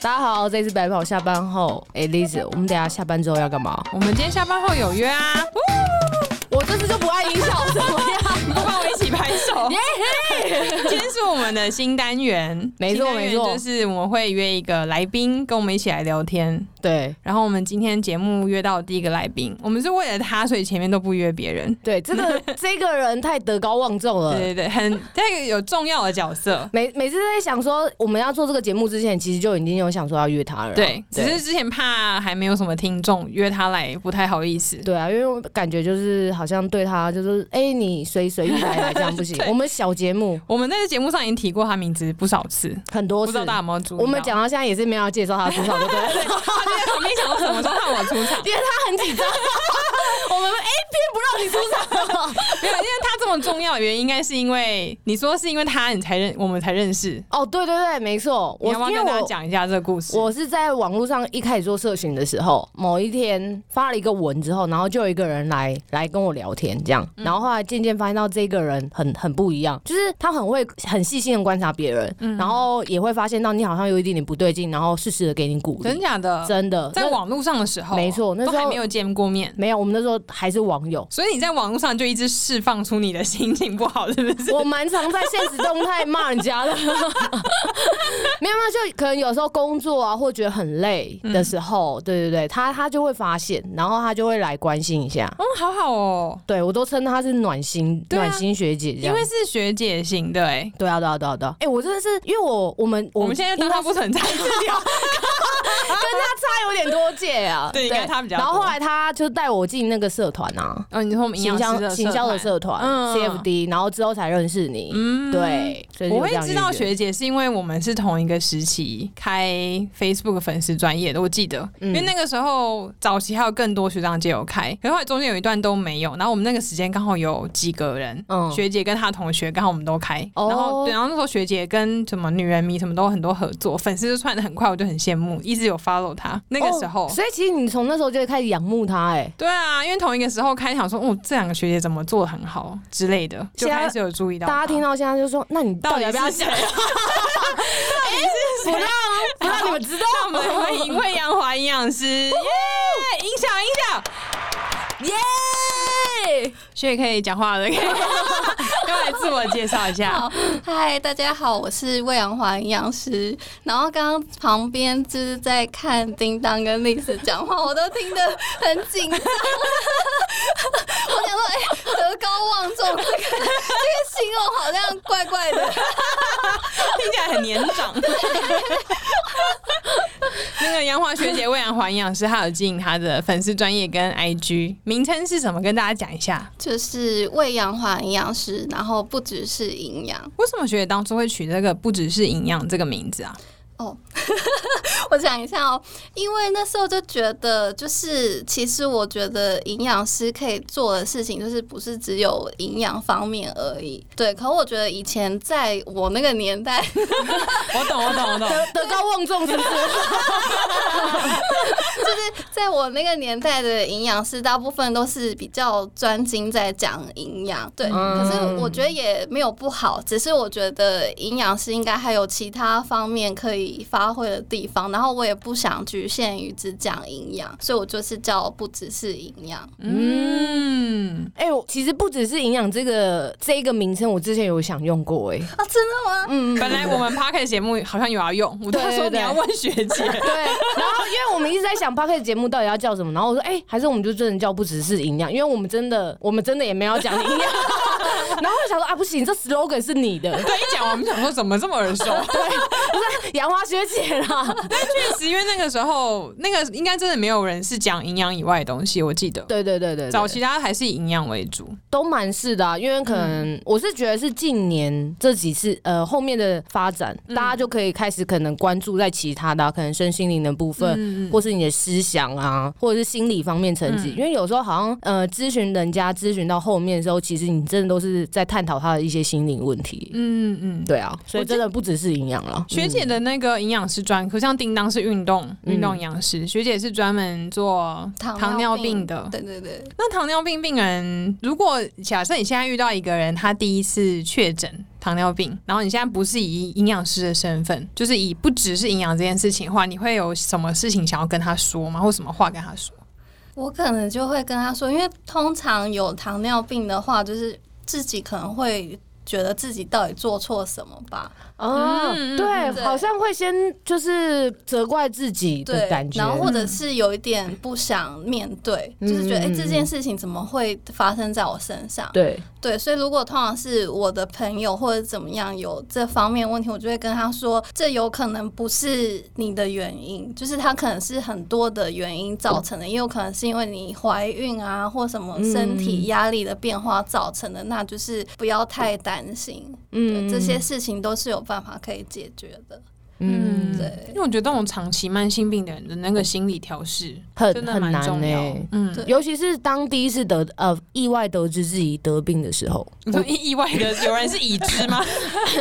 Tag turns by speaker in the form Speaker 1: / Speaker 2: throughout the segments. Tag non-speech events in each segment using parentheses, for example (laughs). Speaker 1: 大家好，这里是白跑下班后。哎、l i z 我们等一下下班之后要干嘛？
Speaker 2: 我们今天下班后有约 (laughs) 啊，
Speaker 1: 我这次就不按音效，怎么样？ (laughs)
Speaker 2: 你不帮我一起拍手？ (laughs) 今天是我们的新单元，
Speaker 1: 没错
Speaker 2: 新单元
Speaker 1: 没错
Speaker 2: 就是我们会约一个来宾跟我们一起来聊天。
Speaker 1: 对
Speaker 2: 然后我们今天节目约到第一个来宾，我们是为了他，所以前面都不约别人。
Speaker 1: 对，这 (laughs) 个这个人太德高望重了。
Speaker 2: 对对对，很他有重要的角色。
Speaker 1: 每每次在想说我们要做这个节目之前，其实就已经有想说要约他了啊。
Speaker 2: 对，只是之前怕还没有什么听众约他来，不太好意思。
Speaker 1: 对啊，因为我感觉就是好像对他就是哎、你随随意来来这样不 (laughs) 行。我们小节目
Speaker 2: 我们在这节目上已经提过他名字不少次，
Speaker 1: 很多
Speaker 2: 不知
Speaker 1: 次
Speaker 2: 道，大家有没有注意到？
Speaker 1: 我们讲到现在也是没有要介绍他出场，对不对？
Speaker 2: 他就在旁边想说什么时候让我出 (laughs) 场，
Speaker 1: (laughs) 因为他很紧张，我们哎偏不让你出场。 (laughs)
Speaker 2: (laughs) 没有，因为他这么重要的原因，应该是因为你说是因为他你才认我们才认识。
Speaker 1: 哦，对对对，没错，
Speaker 2: 你
Speaker 1: 我
Speaker 2: 要不
Speaker 1: 因
Speaker 2: 要
Speaker 1: 为
Speaker 2: 跟大家
Speaker 1: 我
Speaker 2: 讲一下这个故事？
Speaker 1: 我是在网络上一开始做社群的时候，某一天发了一个文之后，然后就有一个人来来跟我聊天，这样，
Speaker 2: 嗯
Speaker 1: 然后后来渐渐发现到这个人很很不一样，就是他很会很细心的观察别人，
Speaker 2: 嗯
Speaker 1: 然后也会发现到你好像有一点点不对劲，然后适时的给你鼓
Speaker 2: 真
Speaker 1: 励，
Speaker 2: 假的，
Speaker 1: 真的
Speaker 2: 在
Speaker 1: 那
Speaker 2: 网络上的时候，
Speaker 1: 没错那时
Speaker 2: 都
Speaker 1: 候
Speaker 2: 还没有见过面，。
Speaker 1: 没有，我们那时候还是网友
Speaker 2: 所以你在网络上就一直释放出你的心情不好，是不 (laughs) 是？
Speaker 1: 我蛮常在现实动态骂人家的， (laughs) 没有没有，就可能有时候工作啊，或觉得很累的时候，
Speaker 2: 嗯
Speaker 1: 对对对，他他就会发现，然后他就会来关心一下，
Speaker 2: 哦，好好哦，
Speaker 1: 对我都称她是暖心、
Speaker 2: 对啊
Speaker 1: 暖心学姐这
Speaker 2: (laughs) 因
Speaker 1: 样，
Speaker 2: 为是学姐型的哎、
Speaker 1: 对啊对啊对啊对啊，哎、我真的是因为我我们
Speaker 2: 我们现在当他
Speaker 1: 他
Speaker 2: 不存在一直聊，
Speaker 1: (laughs) 跟她差有点多届啊，
Speaker 2: (laughs) 对应该她比较
Speaker 1: 然后
Speaker 2: 多
Speaker 1: 后来她就带我进那个社团啊，
Speaker 2: 哦，你说我们营
Speaker 1: 行
Speaker 2: 养师
Speaker 1: 销
Speaker 2: 的
Speaker 1: 行销的
Speaker 2: 社
Speaker 1: 社团、
Speaker 2: 嗯
Speaker 1: CFD，然后之后才认识你，
Speaker 2: 嗯
Speaker 1: 对，所以
Speaker 2: 我
Speaker 1: 就
Speaker 2: 会
Speaker 1: 这样
Speaker 2: 知道
Speaker 1: 遇见，
Speaker 2: 学姐是因为我们是同一个时期开 Facebook 粉丝专业的，我记得，
Speaker 1: 嗯
Speaker 2: 因为那个时候早期还有更多学长姐有开，可是后来中间有一段都没有，然后我们那个时间刚好有几个人。
Speaker 1: 嗯
Speaker 2: 学姐跟她同学刚好我们都开，
Speaker 1: 哦
Speaker 2: 然后对，然后那时候学姐跟什么女人迷什么都有很多合作，粉丝就窜的很快，我就很羡慕，一直有 follow 她。那个时候，
Speaker 1: 哦所以其实你从那时候就会开始仰慕她、哎。
Speaker 2: 对啊，因为同一个时候开，想说哦，这两个学姐怎么做的很好之类的，就
Speaker 1: 现在
Speaker 2: 开始有注意到
Speaker 1: 大
Speaker 2: 她。
Speaker 1: 家听到现在就说：“那你
Speaker 2: (laughs) 到
Speaker 1: 到
Speaker 2: 底
Speaker 1: 底要不要
Speaker 2: 是谁哎
Speaker 1: 讲？不让啊不让你们知道
Speaker 2: 那我们欢迎魏阳华营养师，耶！音响音响，
Speaker 1: 耶！
Speaker 2: 所以可以讲 (laughs) 话了，可以，要来自我介绍一下。
Speaker 3: 好， (laughs) 嗨，大家好，我是魏阳华营养师。然后刚刚旁边就是在看叮当跟丽丝讲话，我都听得很紧张。 (laughs) 我想说，哎、德高望重这个这个形容好像怪怪的。
Speaker 2: 听起来很年 (laughs) 长。那个杨华学姐魏阳华营养师，她有经营她的粉丝专业跟 IG，名称是什么？跟大家讲一下。
Speaker 3: 就是魏阳华营养师，然后不只是营养
Speaker 2: 为什么学姐当初会取这个不只是营养这个名字 (laughs) 啊？
Speaker 3: 哦。 (laughs) 我想一下哦，因为那时候就觉得，就是其实我觉得营养师可以做的事情，就是不是只有营养方面而已。对，可我觉得以前在我那个年代，
Speaker 2: 我懂，我懂，我懂。
Speaker 1: (laughs) 德高望重
Speaker 2: (laughs)
Speaker 1: 是不是？
Speaker 3: 就是在我那个年代的营养师，大部分都是比较专精在讲营养。对，
Speaker 1: 嗯
Speaker 3: 可是我觉得也没有不好，只是我觉得营养师应该还有其他方面可以发挥的地方。然后我也不想局限于只讲营养，所以我就是叫不只是营养。
Speaker 2: 嗯，
Speaker 1: 哎、我其实不只是营养这个这个名称，我之前有想用过哎、
Speaker 3: 啊，真的吗？
Speaker 1: 嗯，
Speaker 2: 本来我们 p a r k 节目好像有要用，我就说
Speaker 1: 对对
Speaker 2: 你
Speaker 1: 对
Speaker 2: 要问学姐。 (laughs)
Speaker 1: 对，然后因为我们一直在想 p o d c a s 节目到底要叫什么，然后我说，哎、还是我们就真的叫不只是营养，因为我们真的我们真的也没有讲
Speaker 2: (laughs)
Speaker 1: 营养。然后我想说啊，不行，这 slogan 是你的， (laughs)
Speaker 2: 对，一讲我们想说怎么这么耳 (laughs) 熟？
Speaker 1: 杨花学姐啦。
Speaker 2: 确实，因为那个时候，那个应该真的没有人是讲营养以外的东西。我记得
Speaker 1: 对对对对对
Speaker 2: 早期大家还是以营养为主，
Speaker 1: 都蛮是的、啊，因为
Speaker 2: 嗯
Speaker 1: 可能我是觉得是近年这几次呃后面的发展，
Speaker 2: 嗯
Speaker 1: 大家就可以开始可能关注在其他的啊、可能身心灵的部
Speaker 2: 嗯
Speaker 1: 分，或是你的思想啊，或者是心理方面层级。
Speaker 2: 嗯
Speaker 1: 因为有时候好像呃咨询人家咨询到后面的时候，其实你真的都是在探讨他的一些心理问题。
Speaker 2: 嗯嗯。
Speaker 1: 对啊，所以
Speaker 2: 我记
Speaker 1: 真的不只是营养啊了。
Speaker 2: 学姐的那个营养师专科，像叮当是运动
Speaker 1: 嗯
Speaker 2: 运动营养师，学姐是专门做糖尿病的。
Speaker 3: 对对对，
Speaker 2: 那糖尿病病人，如果假设你现在遇到一个人，他第一次确诊，糖尿病，然后你现在不是以营养师的身份，就是以不只是营养这件事情的话，你会有什么事情想要跟他说吗？或什么话跟他说？
Speaker 3: 我可能就会跟他说，因为通常有糖尿病的话，就是自己可能会觉得自己到底做错什么吧，
Speaker 1: 哦，
Speaker 2: 嗯
Speaker 1: 对，
Speaker 3: 对
Speaker 1: 好像会先就是责怪自己的
Speaker 3: 对
Speaker 1: 感，觉，
Speaker 3: 然后或者是有一点不想面对，就是觉得哎、
Speaker 1: 嗯嗯嗯
Speaker 3: 这件事情怎么会发生在我身上？
Speaker 1: 对，
Speaker 3: 对，所以如果通常是我的朋友或者怎么样有这方面问题，我就会跟他说，这有可能不是你的原因，就是他可能是很多的原因
Speaker 1: 哦
Speaker 3: 造成的，也有可能是因为你怀孕啊或什
Speaker 1: 嗯
Speaker 3: 么身体压力的变化造成的，那就是不要太担心，对，
Speaker 1: 嗯
Speaker 3: 这些事情都是有办法可以解决的，
Speaker 1: 嗯，
Speaker 3: 对
Speaker 2: 因为我觉得这种长期慢性病的人的那个心理调试真
Speaker 1: 很
Speaker 2: 的
Speaker 1: 呃很
Speaker 2: 蛮
Speaker 1: 难欸
Speaker 2: 重
Speaker 1: 呢、
Speaker 2: 要。嗯，
Speaker 3: 对
Speaker 1: 尤其是当第一次得呃意外得知自己得病的时候，
Speaker 2: 你说意意外的有人是已知吗？
Speaker 1: (laughs)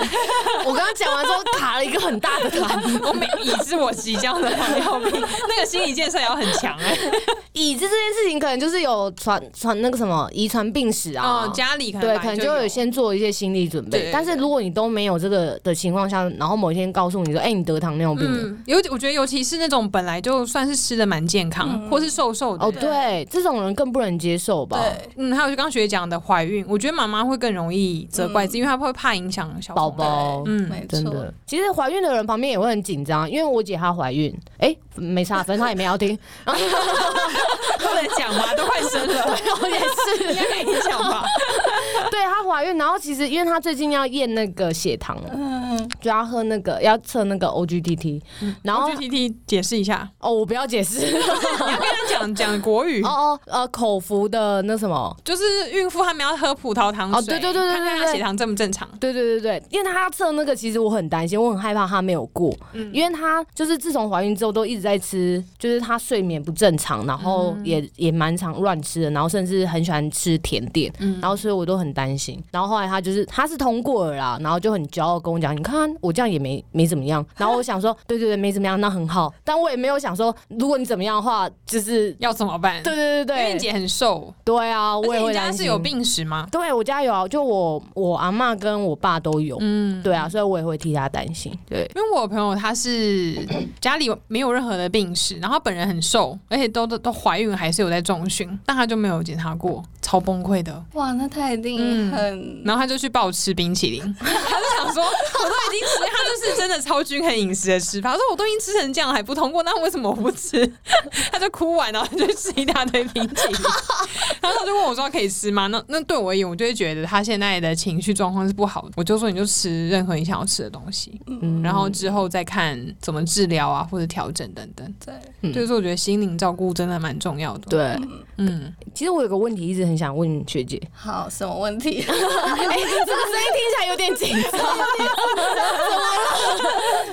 Speaker 1: 我刚刚讲完之后卡了一个很大的卡，
Speaker 2: 我没已知我即将得糖尿病，那个心理建设也要很强哎、
Speaker 1: (laughs) 椅子这件事情可能就是有传传那个什么遗传病史啊，
Speaker 2: 哦，家里可
Speaker 1: 对，
Speaker 2: 能本来
Speaker 1: 可能
Speaker 2: 就
Speaker 1: 就有先做一些心理准备
Speaker 2: 对。
Speaker 1: 但是如果你都没有这个的情况下，然后某一天告诉你说，哎、你得糖尿病了。
Speaker 2: 嗯，尤其我觉得尤其是那种本来就算是吃的蛮健康，
Speaker 3: 嗯
Speaker 2: 或是瘦瘦的
Speaker 1: 哦，
Speaker 2: 人
Speaker 1: 对，这种人更不能接受吧？
Speaker 3: 对。
Speaker 2: 嗯，还有就刚刚学姐讲的怀孕，我觉得妈妈会更容易责怪自己，因为她会怕影响小
Speaker 1: 宝
Speaker 2: 朋友
Speaker 1: 宝，
Speaker 2: 嗯
Speaker 3: 没
Speaker 1: 真
Speaker 3: 错，
Speaker 1: 的，其实怀孕的人旁边也会很紧张，因为我姐她怀孕，哎、没差，反正她也没要 (laughs) 听，
Speaker 2: 不能讲嘛，都快生了， (laughs)
Speaker 1: 我也是，
Speaker 2: 应该可以影响吧？
Speaker 1: 对她怀孕，然后其实因为她最近要验那个血糖了，
Speaker 3: 嗯，
Speaker 1: 就要喝那个要测那个 OGTT，然后
Speaker 2: T T 解释一下，
Speaker 1: 哦，我不要解
Speaker 3: (laughs)
Speaker 1: 释，
Speaker 2: (laughs) 你要跟她讲讲国语
Speaker 1: 哦。哦，呃，口服的那什么。
Speaker 2: 就是孕妇她们要喝葡萄糖水，
Speaker 1: 哦对对对对
Speaker 2: 看看
Speaker 1: 对
Speaker 2: 她
Speaker 1: 对
Speaker 2: 血糖正不正常。
Speaker 1: 对对对对，因为她测那个，其实我很担心，我很害怕她没有过，
Speaker 2: 嗯
Speaker 1: 因为她就是自从怀孕之后都一直在吃，就是她睡眠不正常，然后
Speaker 2: 嗯
Speaker 1: 也、也蛮常乱吃的，然后甚至很喜欢吃甜点，
Speaker 2: 嗯
Speaker 1: 然后所以我都很担心。然后后来她就是她是通过了啦，然后就很骄傲跟我讲，你看我这样也没没怎么
Speaker 2: (laughs)
Speaker 1: 样。然后我想说，对对对，没怎么样，那很好，但我也没有想说，如果你怎么样的话，就是
Speaker 2: 要怎么办？
Speaker 1: 对对
Speaker 2: 因为
Speaker 1: 对对，
Speaker 2: 你姐很瘦，
Speaker 1: 对啊，
Speaker 2: 而
Speaker 1: 我
Speaker 2: 且
Speaker 1: 也
Speaker 2: 你
Speaker 1: 会
Speaker 2: 家
Speaker 1: 担
Speaker 2: 是
Speaker 1: 心
Speaker 2: 有。病史吗？
Speaker 1: 对我家有啊，就我我阿嬷跟我爸都有，
Speaker 2: 嗯，
Speaker 1: 对啊，所以我也会替他担心。嗯对，
Speaker 2: 因为我有朋友她是家里没有任何的病史，然后她本人很瘦，而且都都都怀孕，还是有在重训，但她就没有检查过，超崩溃的。
Speaker 3: 哇，那他一定
Speaker 2: 嗯
Speaker 3: 很
Speaker 2: 然后她就去暴吃冰淇淋， (laughs) 她就想说，我都已经吃，她就是真的超均衡饮食的吃法。她说我都已经吃成这样了还不通过，那为什么我不吃？ (laughs) 她就哭完，然后就吃一大堆冰淇 (laughs) 淋。然后她就问我说可以吃吗？那那对我而言，我就会觉得她现在的情绪状况是不好的，我就说你就吃任何你想要吃的东西。
Speaker 1: 嗯
Speaker 2: 然后之后再看怎么治疗啊，或者调整等等。
Speaker 3: 对，
Speaker 1: 嗯
Speaker 2: 就是我觉得心灵照顾真的蛮重要的。，
Speaker 1: 对，
Speaker 2: 嗯，
Speaker 1: 其实我有个问题一直很想问学姐， (laughs)
Speaker 3: 好，什么问题？ (laughs)
Speaker 1: 哎、这个声音听起来有点紧张， (laughs) 没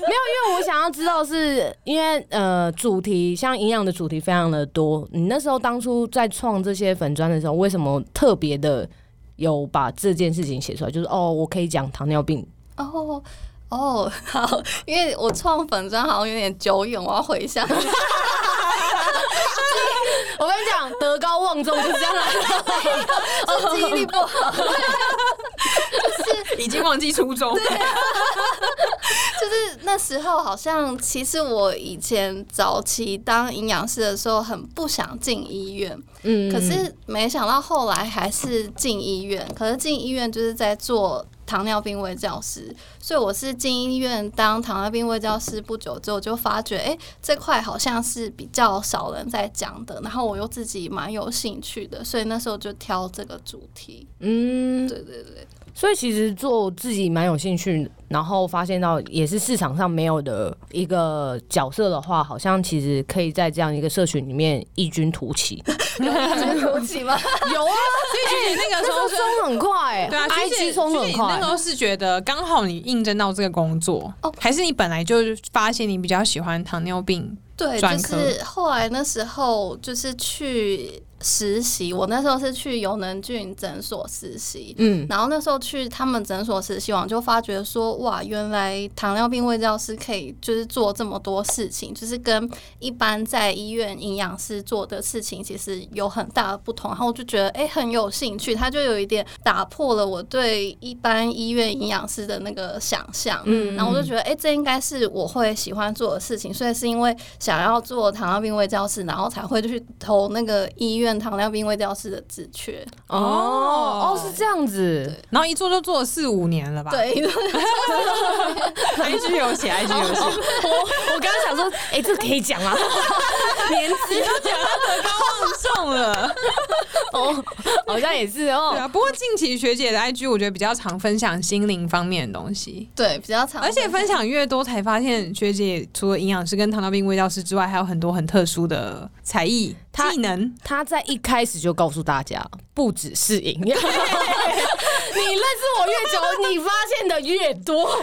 Speaker 1: 有，因为我想要知道是因为呃主题像营养的主题非常的多，你那时候当初在创这些粉砖的时候，为什么特别的有把这件事情写出来？就是哦，我可以讲糖尿病，
Speaker 3: 哦哦，好，因为我创粉砖好像有点久远，我要回想。
Speaker 1: (laughs) 我跟你讲，德高望重就是这 (laughs) 样来的。
Speaker 3: 我记忆力不好，
Speaker 2: 已经忘记初衷。
Speaker 3: (laughs) 就是那时候好像，其实我以前早期当营养师的时候，很不想进医院，
Speaker 1: 嗯
Speaker 3: 可是没想到后来还是进医院，可是进医院就是在做糖尿病卫教师，所以我是进医院当糖尿病卫教师不久之后，就发觉哎、诶这块好像是比较少人在讲的，然后我又自己蛮有兴趣的，所以那时候就挑这个主题。
Speaker 1: 嗯，
Speaker 3: 对对对，
Speaker 1: 所以其实做自己蛮有兴趣，然后发现到也是市场上没有的一个角色的话，好像其实可以在这样一个社群里面异军突起。
Speaker 3: 有一起吗？
Speaker 1: (laughs) 有啊，
Speaker 2: 所以那个时
Speaker 1: 那
Speaker 2: 候
Speaker 1: 时
Speaker 2: 是
Speaker 1: 候。冲很快、欸，
Speaker 2: 对啊，学姐，
Speaker 1: ，IG
Speaker 2: 学
Speaker 1: 冲
Speaker 2: 姐
Speaker 1: 很
Speaker 2: 你
Speaker 1: 快
Speaker 2: 那时。候是觉得刚好你应征到这个工作，
Speaker 3: 哦
Speaker 2: 还是你本来就发现你比较喜欢糖尿病？
Speaker 3: 对，
Speaker 2: 专
Speaker 3: 就
Speaker 2: 科
Speaker 3: 是后来那时候就是去实习，我那时候是去尤能俊诊所实习，
Speaker 1: 嗯，
Speaker 3: 然后那时候去他们诊所实习完，就发觉说，哇，原来糖尿病卫教师可以就是做这么多事情，就是跟一般在医院营养师做的事情其实有很大的不同。然后我就觉得，哎、很有兴趣，他就有一点打破了我对一般医院营养师的那个想象。
Speaker 1: 嗯
Speaker 3: 然后我就觉得，哎、这应该是我会喜欢做的事情，所以是因为想要做糖尿病卫教师，然后才会去投那个医院糖尿病卫教师的职缺。
Speaker 1: 哦哦
Speaker 2: 哦
Speaker 1: 是这样子，
Speaker 2: 然后一做就做了四五年了吧？
Speaker 3: 对，
Speaker 2: 还一直有写，还一直有写。
Speaker 1: 我我刚刚想说，哎、这可以 (laughs) 讲啊，年纪
Speaker 2: 德高望重了，
Speaker 1: 哦，好像也是
Speaker 2: 对
Speaker 1: 哦，
Speaker 2: 啊。不过近期学姐的 IG 我觉得比较常分享心灵方面的东西，
Speaker 3: 哦对，比较长，
Speaker 2: 而且分享越多才发现学姐除了营养师跟糖尿病卫教师之外，还有很多很特殊的才艺
Speaker 1: 她
Speaker 2: 技能。
Speaker 1: 他在一开始就告诉大家，不只是营养。 (laughs) 你认识我越久，你发现的越 (laughs) 多。
Speaker 2: (laughs)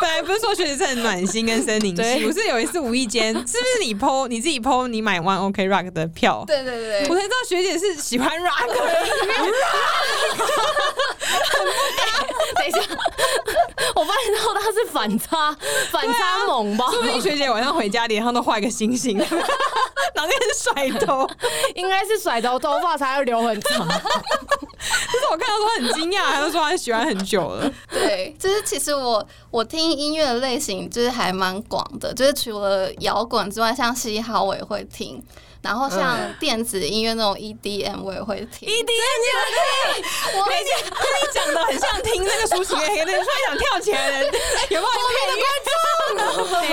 Speaker 2: 本来不是说学姐是很暖心跟森林系，
Speaker 1: 对
Speaker 2: 我是有一次无意间，是不是你 PO 你自己 PO 你买 One OK Rock 的票？
Speaker 3: 对对对
Speaker 2: 我才知道学姐是喜欢 rock 的，
Speaker 1: 等一下，我发现到他是反差，反差萌吧？
Speaker 2: 说不定学姐晚上回家脸上都画一个星星， (laughs) 然后那是甩头。
Speaker 1: 应该是甩头头发才会留很长。
Speaker 2: 就是我看到说很惊讶，他就说他喜欢很久了。
Speaker 3: 对，就是其实我我听音乐的类型就是还蛮广的，就是除了摇滚之外，像嘻哈我也会听，然后像电子音乐那种 EDM 我也会
Speaker 1: E
Speaker 3: 听。我
Speaker 2: 那天跟你讲的很像听那个抒情乐，那个突然想跳起来的人，有没有？的观众，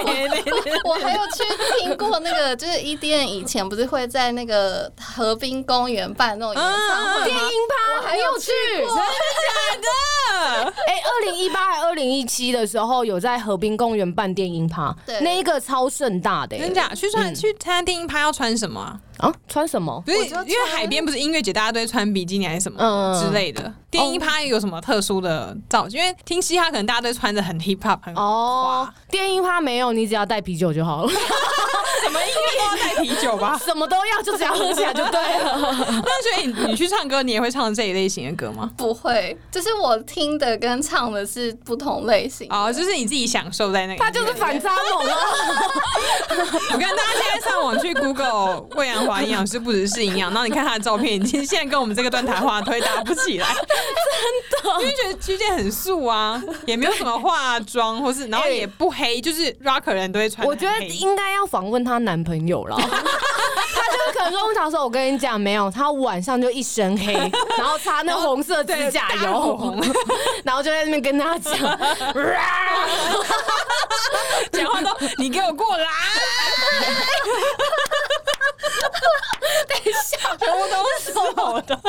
Speaker 2: 对对对，
Speaker 3: 我还有去听过那个，就是 EDM 以前不是会在那个河滨公园办那种演唱会
Speaker 2: 嗯
Speaker 1: (laughs) 电
Speaker 3: 吗？
Speaker 1: 音趴，还有去。
Speaker 2: 真的假的？
Speaker 1: 哎，二零一八还二零一七的时候，有在河滨公园办电音趴，
Speaker 3: 对
Speaker 1: 那一个超盛大的、欸。
Speaker 2: 真假？去穿去参电音趴要穿什么啊？
Speaker 1: 啊？穿什么？
Speaker 2: 不是，
Speaker 3: 我就穿
Speaker 2: 因为海边不是音乐节，大家都会穿比基尼还是什么
Speaker 1: 嗯
Speaker 2: 之类的。电音趴有什么特殊的造型？因为听嘻哈可能大家都会穿的很 hip hop，很
Speaker 1: 哦
Speaker 2: 哇，
Speaker 1: 电音趴没有，你只要带啤酒就好了，
Speaker 2: 什么音乐都要哦带啤酒
Speaker 1: (laughs) ？
Speaker 2: 吧
Speaker 1: 什么都要，就只要喝起来就对了。
Speaker 2: (laughs) 那所以你你去唱歌，你也会唱这一类型的歌吗？
Speaker 3: 不会，就是我听的跟唱的是不同类型的。
Speaker 2: 哦，就是你自己享受在那
Speaker 1: 嗯
Speaker 2: 个。
Speaker 1: 他就是反差萌 (laughs) 啊！
Speaker 2: 我看大家现在上网去 Google 魏阳华营养师不只是营养，然后你看他的照片，已经现在跟我们这个段谈话推搭不起来，真的，因为觉得曲姐很素啊，也没有什么化妆，或是然后也不黑，就是 rocker 人都会穿
Speaker 1: 我
Speaker 2: 很黑。
Speaker 1: 觉得应该要访问她男朋友 (laughs) 了。她就是可能跟我讲说，我跟你讲，没有，她晚上就一身 (laughs) 黑，然后擦那红色指甲
Speaker 2: 对大
Speaker 1: 油
Speaker 2: 红， (laughs)
Speaker 1: 然后就在那边跟她讲，
Speaker 2: 讲话都你给我过来， (laughs) 等一下，全部都是我的，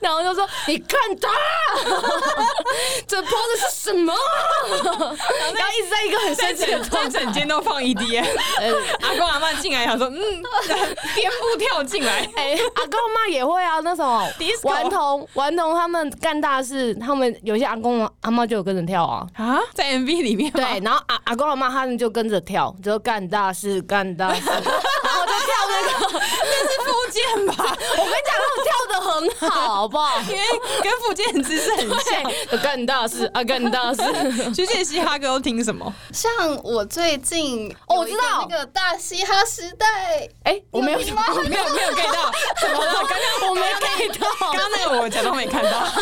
Speaker 1: 然后就说你看她， (laughs) 这 pose 是什 (laughs) 么？然后一直在一个很
Speaker 2: (laughs) 在嗯
Speaker 1: 生气的
Speaker 2: 整在
Speaker 1: 状态。
Speaker 2: 整间都放 EDM，阿公阿妈进来想说，嗯，颠簸跳进来。
Speaker 1: 哎、阿公阿妈也会啊，那时候
Speaker 2: Disco
Speaker 1: 顽童顽童他们干大事，他们有一些阿公阿妈就有跟着跳啊。
Speaker 2: 啊， (laughs) 在 MV 里面
Speaker 1: 对，然后阿阿公阿妈他们就跟着跳，就干大事干大事，然后就跳那个，
Speaker 2: 是附件吧？
Speaker 1: 我跟你讲，他们跳的很好，好不好？
Speaker 2: 因为跟附件姿势很像。
Speaker 1: 对，干大事啊，干大事，
Speaker 2: 学姐嘻哈歌都听什么？
Speaker 3: 像我最近
Speaker 1: 哦我
Speaker 3: 有一
Speaker 1: 知
Speaker 3: 个
Speaker 1: 道
Speaker 3: 那个大嘻哈时代，
Speaker 1: 哎、我没有，
Speaker 3: 听吗？
Speaker 2: 没有没有 get 到，怎么了？刚刚
Speaker 1: 我没 get 到
Speaker 2: 刚，刚那个我假装没看到。 (laughs)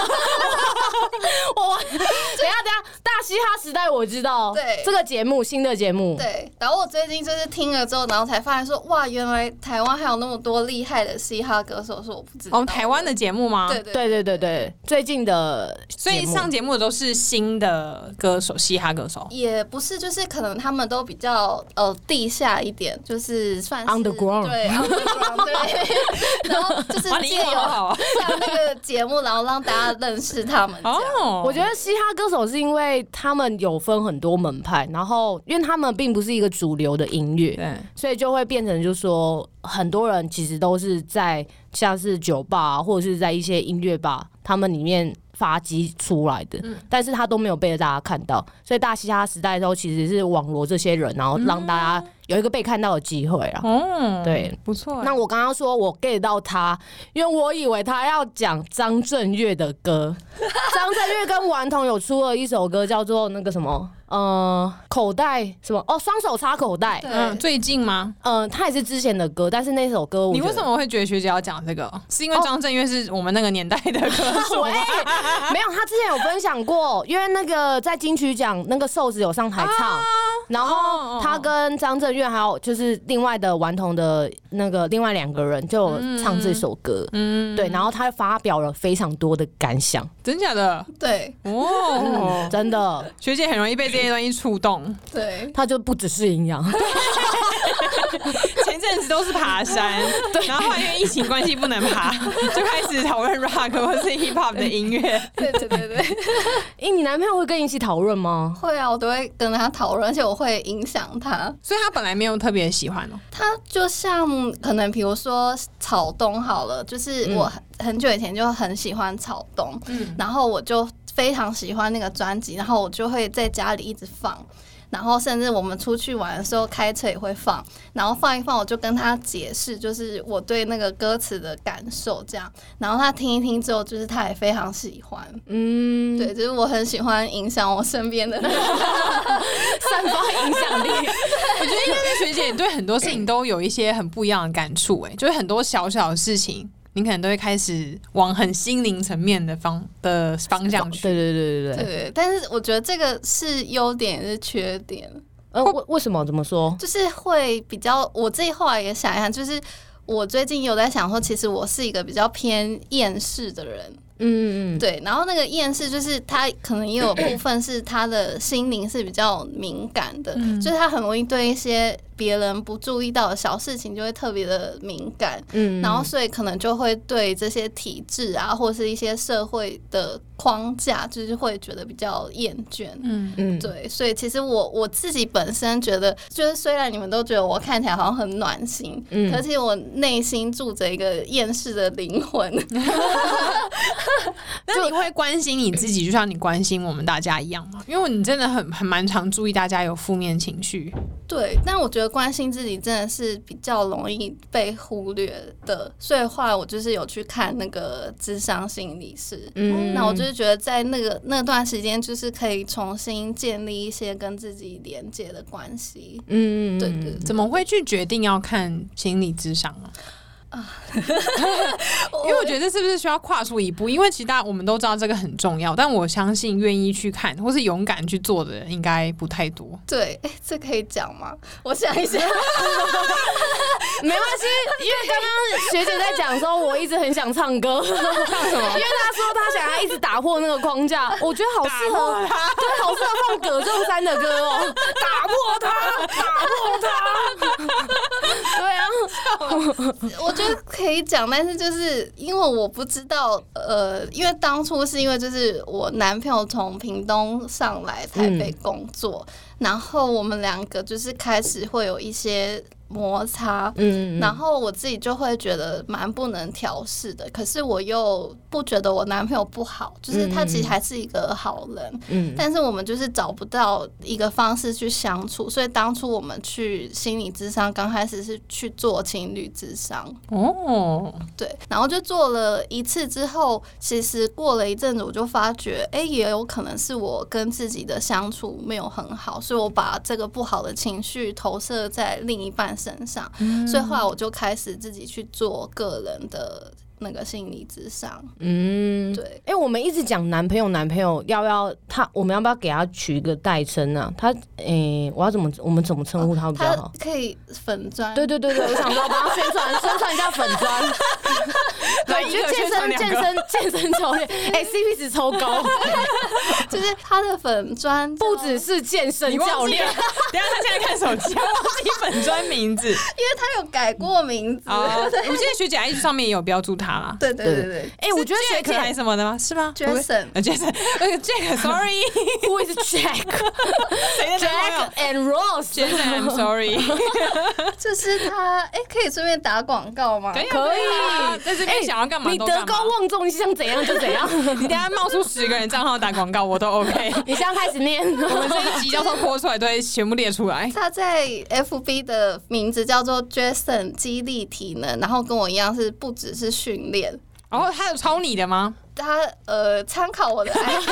Speaker 1: 我等一下等一下，大嘻哈时代我知道，
Speaker 3: 对
Speaker 1: 这个节目新的节目，
Speaker 3: 对，然后我最近就是听了之后，然后才发现说，哇，原来台湾还有那么多厉害的嘻哈歌手，是我不知道。
Speaker 2: 我们哦台湾的节目吗？
Speaker 3: 对，对
Speaker 1: 对对对对，最近的节目，
Speaker 2: 所以上节目的都是新的歌手，嘻哈歌手。
Speaker 3: 也不是，就是可能他们都比较呃地下一点，就是算是
Speaker 1: Underground
Speaker 3: 对 underground 对，然后就是
Speaker 2: 哇，你
Speaker 3: 借
Speaker 2: 英文好 (laughs)
Speaker 3: 由
Speaker 2: 好啊
Speaker 3: 上那个节目，然后让大家认识他们。哦，
Speaker 2: 哦！
Speaker 1: 我觉得嘻哈歌手是因为他们有分很多门派，然后因为他们并不是一个主流的音乐，
Speaker 2: 对。
Speaker 1: 所以就会变成就是说很多人其实都是在像是酒吧啊、或者是在一些音乐吧，他们里面发迹出来的，但是他都没有被大家看到，所以大嘻哈时代的时候其实是网罗这些人，然后让大家有一个被看到的机会啦。
Speaker 2: 哦，
Speaker 1: 对，
Speaker 2: 不错欸。
Speaker 1: 那我刚刚说我 get 到他，因为我以为他要讲张震岳的歌。张震岳跟顽童有出了一首歌，叫做那个什么，呃，口袋什么哦，双手插口袋。
Speaker 2: 嗯，
Speaker 3: 对，
Speaker 2: 最近吗？
Speaker 1: 嗯、他也是之前的歌，但是那首歌我
Speaker 2: 你
Speaker 1: 觉得
Speaker 2: 为什么会觉得学姐要讲这个？是因为
Speaker 1: 哦
Speaker 2: 张震岳是我们那个年代的歌
Speaker 1: (laughs)
Speaker 2: 手
Speaker 1: 喂
Speaker 2: 吗？，
Speaker 1: 没有，他之前有分享过，因为那个在金曲奖那个瘦子有上台唱，然
Speaker 2: 哦哦
Speaker 1: 后
Speaker 2: 哦
Speaker 1: 他跟张震岳还有就是另外的顽童的那个另外两个人就有唱这首歌，
Speaker 2: 嗯，
Speaker 1: 对，然后他发表了非常多的感想，
Speaker 2: (laughs)
Speaker 1: 嗯
Speaker 2: 真假 (laughs) 的
Speaker 3: 对，
Speaker 2: 哦，
Speaker 1: 真的，
Speaker 2: 嗯学姐很容易被这些东西触动。
Speaker 3: 对，
Speaker 1: 他就不只是营养，
Speaker 2: (laughs) 前阵子都是爬 (laughs) 山，然后后来因为疫情关系不能 (laughs) 爬，就开始讨论 rock 或是 hip hop 的音乐。
Speaker 3: 对对对对，
Speaker 1: 诶，你男朋友会跟你一起讨论吗？
Speaker 3: 会啊，我都会跟他讨论，而且我会影响他。
Speaker 2: (laughs) 所以他本来没有特别喜欢哦。
Speaker 3: 他就像可能比如说草东好了，就是我很很久以前就很喜欢草东，
Speaker 2: 嗯
Speaker 3: 然后我就非常喜欢那个专辑，然后我就会在家里一直放。然后甚至我们出去玩的时候，开车也会放，然后放一放，我就跟他解释，就是我对那个歌词的感受这样。然后他听一听之后，就是他也非常喜欢，
Speaker 1: 嗯，
Speaker 3: 对，就是我很喜欢影响我身边的人。
Speaker 1: (laughs) 散发影响
Speaker 2: (laughs)
Speaker 1: 力，
Speaker 2: 我觉得应该是学姐对很多事情都有一些很不一样的感触，哎，就是很多小小的事情，你可能都会开始往很心灵层面的方的方向去。
Speaker 1: 对对对对对对，
Speaker 3: 对，但是我觉得这个是优点，也是缺点。
Speaker 1: 呃，为为什么怎么说？
Speaker 3: 就是会比较，我自己后来也想一下，就是我最近有在想说，其实我是一个比较偏厌世的人，
Speaker 1: 嗯嗯嗯，
Speaker 3: 对。然后那个厌世，就是他可能也有部分是他的心灵是比较敏感的，
Speaker 1: 嗯
Speaker 3: 就是他很容易对一些别人不注意到的小事情就会特别的敏感，
Speaker 1: 嗯
Speaker 3: 然后所以可能就会对这些体制啊，或是一些社会的框架，就是会觉得比较厌倦。
Speaker 2: 嗯，
Speaker 1: 嗯，
Speaker 3: 对，所以其实我我自己本身觉得，就是虽然你们都觉得我看起来好像很暖心，
Speaker 1: 嗯
Speaker 3: 可是我内心住着一个厌世的灵魂。 (laughs)
Speaker 2: 那你会关心你自己，就像你关心我们大家一样吗？因为你真的很很蛮常注意大家有负面情绪。
Speaker 3: 对，但我觉得关心自己真的是比较容易被忽略的，所以后来我就是有去看那个智商心理师。
Speaker 1: 嗯
Speaker 3: 那我就是觉得，在那个那段时间，就是可以重新建立一些跟自己连接的关系。
Speaker 1: 嗯嗯，嗯
Speaker 3: 对对，对
Speaker 2: 怎么会去决定要看心理智商啊？因
Speaker 3: 哦
Speaker 2: 为我觉得这是不是需要跨出一步？因为其实大家我们都知道这个很重要，但我相信愿意去看或是勇敢去做的人应该不太多。
Speaker 3: 对，哎，这可以讲吗？我想一下。
Speaker 1: 没关系，因为刚刚学姐在讲的时候，我一直很想唱 (laughs) 歌，因为
Speaker 2: 唱什么？
Speaker 1: 她说她想要一直打破那个框架，我觉
Speaker 2: 哦
Speaker 1: 得好适合，对，好适合放葛仲山的歌哦，打破它，打破它，对啊，
Speaker 3: (laughs) 我觉得可以讲，但是就是因为我不知道，呃，因为当初是因为就是我男朋友从屏东上来台北工作，然后我们两个就是开始会有一些摩擦。
Speaker 1: 嗯
Speaker 3: 然后我自己就会觉得蛮不能调试的，可是我又不觉得我男朋友不好，就是他其实还是一个好人，
Speaker 1: 嗯
Speaker 3: 但是我们就是找不到一个方式去相处，所以当初我们去心理智商，刚开始是去做情侣智商，
Speaker 2: 哦，
Speaker 3: 对，然后就做了一次之后，其实过了一阵子，我就发觉，哎、也有可能是我跟自己的相处没有很好，所以我把这个不好的情绪投射在另一半身上，
Speaker 1: 嗯
Speaker 3: 所以后来我就开始自己去做个人的那个心理智商，
Speaker 1: 嗯。
Speaker 3: 对，
Speaker 1: 哎、我们一直讲男朋友，男朋友要不要他？我们要不要给他取一个代称啊？他，哎、我要怎么，我们怎么称呼他比较
Speaker 3: 他
Speaker 1: 好？
Speaker 3: 可以粉砖，
Speaker 1: 对对对对，我想说帮他宣传宣传一下粉
Speaker 2: (laughs)
Speaker 1: 砖。对，
Speaker 2: 一
Speaker 1: 我觉
Speaker 2: 个
Speaker 1: 得健
Speaker 2: 宣传
Speaker 1: 身 (laughs)
Speaker 2: 两
Speaker 1: 健
Speaker 2: 个 (laughs)
Speaker 1: 身健身教练，哎、c p 值超高。
Speaker 3: 就是他的粉砖
Speaker 1: 不只是健身
Speaker 2: 你
Speaker 1: 教
Speaker 2: 忘记
Speaker 1: 练
Speaker 2: 了，？等一下他现在看手机，他忘记本专名字。
Speaker 3: 因为他有改过名
Speaker 1: 嗯
Speaker 3: 字，
Speaker 2: 哦，我记得学姐 IG 上面也有标注他啦。
Speaker 3: 对对对对
Speaker 1: 哎、我觉得学
Speaker 2: Jack 还
Speaker 1: 姐
Speaker 2: 是什么的吗？是吗
Speaker 3: Jason
Speaker 2: 呃，Jason，那个 Jack，sorry，
Speaker 1: (laughs) Who is
Speaker 2: (laughs)
Speaker 1: Jack
Speaker 2: 谁的男朋友
Speaker 1: Jack and Rose？
Speaker 2: ？Jason，I'm sorry，
Speaker 3: 对，就是他，哎，可以顺便打广告吗？
Speaker 2: 可以啊
Speaker 1: 可以哎
Speaker 2: 啊在这边想要干嘛
Speaker 1: 你
Speaker 2: 都
Speaker 1: 德
Speaker 2: 干嘛
Speaker 1: 高。望重，你想怎样就怎
Speaker 2: (laughs)
Speaker 1: 样。
Speaker 2: 你等一下冒出十个人账号打广告，我都 OK。
Speaker 1: 你现在开始念，
Speaker 2: (laughs) 我们这一集到时候播出来都会全部列出来。
Speaker 3: 他在 FB 的名字叫做 Jason 激励体能，然后跟我一样是不只是训练，
Speaker 2: 然后他有抄你的吗？
Speaker 3: 他呃参考我的 idea，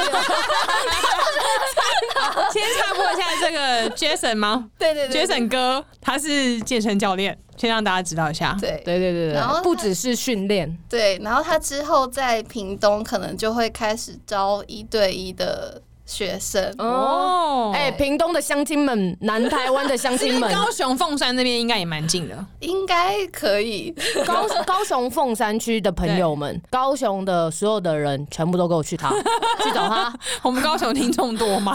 Speaker 2: 先插播一下这个 Jason 吗
Speaker 3: 对对对
Speaker 2: ？Jason 哥他是健身教练，先让大家知道一下。
Speaker 3: 对
Speaker 1: (laughs) 对对对
Speaker 3: 然后
Speaker 1: 对，
Speaker 3: 他
Speaker 1: 不只是训练，
Speaker 3: 对，然后他之后在屏东可能就会开始招一对一的学生，
Speaker 1: 哦，
Speaker 2: 哦，
Speaker 1: 哎、屏东的乡亲们，南台湾的乡
Speaker 2: 其
Speaker 1: 亲
Speaker 2: 实 (laughs)
Speaker 1: 们，
Speaker 2: 高雄凤山那边应该也蛮近的。 (laughs)
Speaker 3: 应该可以。
Speaker 1: 高高雄凤山区的朋友们，高雄的所有的人全部都给我去他去找他。
Speaker 2: 我们高雄听众多 (laughs) 吗？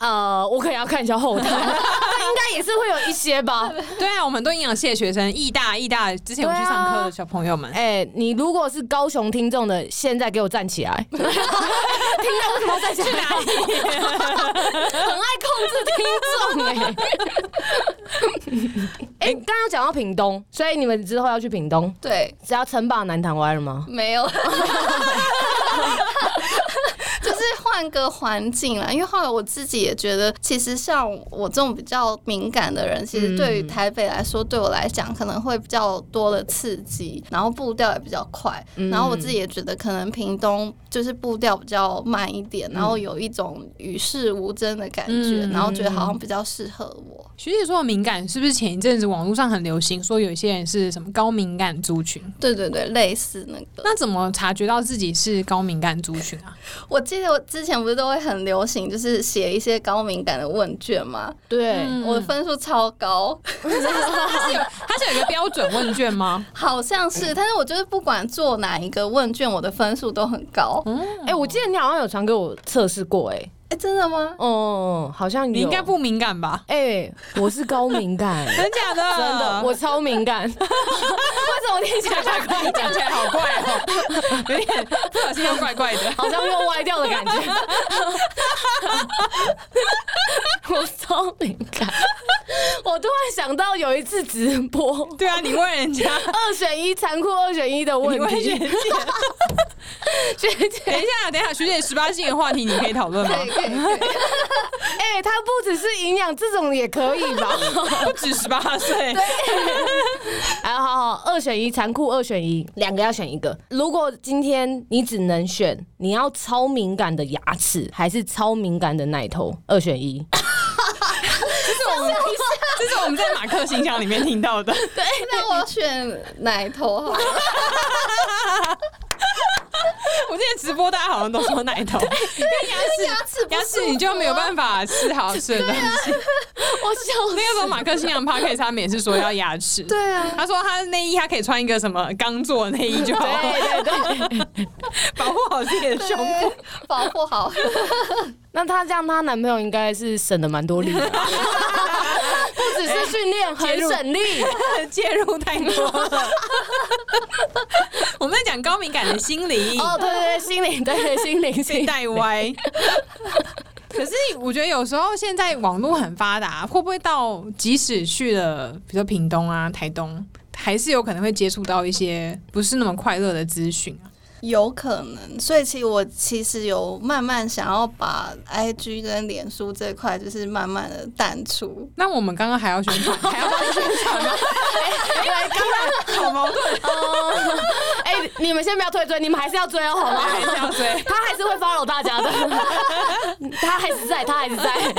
Speaker 1: 呃，我可能要看一下后
Speaker 2: (laughs)
Speaker 1: 台，应该也是会有一些吧。
Speaker 2: 对啊，我们都营养系的学生，义大义大之前我们去上课的小朋友 (laughs) 们，
Speaker 1: 哎、你如果是高雄听众的，现在给我站起来！听众为什么要站起来？
Speaker 2: 哪里？
Speaker 1: 很爱控制听众哎、
Speaker 2: 欸
Speaker 1: (laughs) 哎、刚刚讲到屏东，所以你们之后要去屏东，
Speaker 3: 对，
Speaker 1: 只要称霸南台湾了吗？
Speaker 3: 没有， (laughs) 就是换个环境啊啦。因为后来我自己也觉得，其实像我这种比较敏感的人，其实对于台北来说，对我来讲可能会比较多的刺激，然后步调也比较快。然后我自己也觉得，可能屏东就是步调比较慢一点，然后有一种与世无争的感觉，
Speaker 2: 嗯
Speaker 3: 然后觉得好像比较适合我。
Speaker 2: 学姐说的敏感，是不是前一阵子网络上很流行说有一些人是什么高敏感族群？
Speaker 3: 对对对，类似那个。
Speaker 2: 那怎么察觉到自己是高敏感族群啊？
Speaker 3: 我记得我之前不是都会很流行，就是写一些高敏感的问卷吗？
Speaker 1: 对，
Speaker 2: 嗯
Speaker 3: 我的分数超高， (laughs)
Speaker 2: 它是有它是有一个标准问卷 (laughs) 吗？
Speaker 3: 好像
Speaker 2: 嗯
Speaker 3: 是，但是我就是不管做哪一个问卷，我的分数都很高。
Speaker 2: 嗯
Speaker 3: 哎、
Speaker 1: 哎、我记得你好像有传给我测试过、哎，
Speaker 3: 真
Speaker 2: (laughs)
Speaker 3: 的吗？
Speaker 1: 哦，好像有
Speaker 2: 你应该不敏感吧？
Speaker 1: 哎、我是高敏感，真
Speaker 2: (laughs) 真假的？啊
Speaker 1: 的，我超敏感。 (laughs) 为什么听起来怪怪
Speaker 2: 讲起
Speaker 1: 的？
Speaker 2: 来好怪哦、 (laughs) 有点不小心又怪怪的。
Speaker 1: 好像又歪掉的感觉。 (laughs) 我超敏感，我突然想到有一次直播，
Speaker 2: 对啊，你问人家，
Speaker 1: 二选一残酷二选一的
Speaker 2: 你
Speaker 1: 问
Speaker 2: (laughs) 问
Speaker 1: 题，
Speaker 2: 学姐。
Speaker 1: 学
Speaker 2: (laughs) 等
Speaker 1: 姐，
Speaker 2: 一下，等一下，学姐十八禁的话题你可以讨论吗？
Speaker 3: 可以可以可以，
Speaker 1: (laughs) 哎、它不只是营养，这种也可以吧？ (laughs)
Speaker 2: 不止十八岁，
Speaker 3: 啊
Speaker 1: 哎，好好，二选一，残酷二选一，两个要选一个。如果今天你只能选，你要超敏感的牙齿，还是超敏感的奶头？二选一。
Speaker 2: 这是我们在马克信箱里面听到的。
Speaker 3: 那我选奶头好了，
Speaker 2: 我之前直播，大家好像都说奶头，
Speaker 3: 因为牙齿不
Speaker 2: 牙
Speaker 3: 舒
Speaker 2: 齿
Speaker 3: 服
Speaker 2: 你就没有办法吃好吃的东西。
Speaker 1: (laughs)
Speaker 3: 啊
Speaker 1: 我笑
Speaker 2: 那个时候马克信箱 p o d c a s 他们也是说要牙齿，
Speaker 3: 对啊，
Speaker 2: 他说他内衣他可以穿一个什么刚做内衣就
Speaker 1: (laughs)
Speaker 2: 好，
Speaker 1: 对对对。
Speaker 2: 保护好自己的胸
Speaker 3: (laughs)
Speaker 2: 部。
Speaker 3: 对保护好。
Speaker 1: 那她这样，她男朋友应该是省了蛮多力的，不只是训练，很省力。
Speaker 2: 哎介入太多
Speaker 3: (laughs)
Speaker 2: 了，我们在讲高敏感的心理。
Speaker 1: 哦，对对对，心灵，对对心灵，
Speaker 2: 被
Speaker 1: 心灵。
Speaker 2: 带歪。 (laughs) 可是我觉得有时候现在网络很发达，会不会到即使去了，比如说屏东啊、台东，还是有可能会接触到一些不是那么快乐的资讯啊？
Speaker 3: 有可能，所以其实我其实有慢慢想要把 IG 跟脸书这块，就是慢慢的淡出。
Speaker 2: 那我们刚刚还要宣传，还要帮你宣传吗？哎，刚刚好矛盾，
Speaker 1: 哦哎、你们先不要退追，你们还是要追哦，好吗？
Speaker 2: 还是要追。
Speaker 1: 他还是会 follow 大家的，他还是在，他还是在。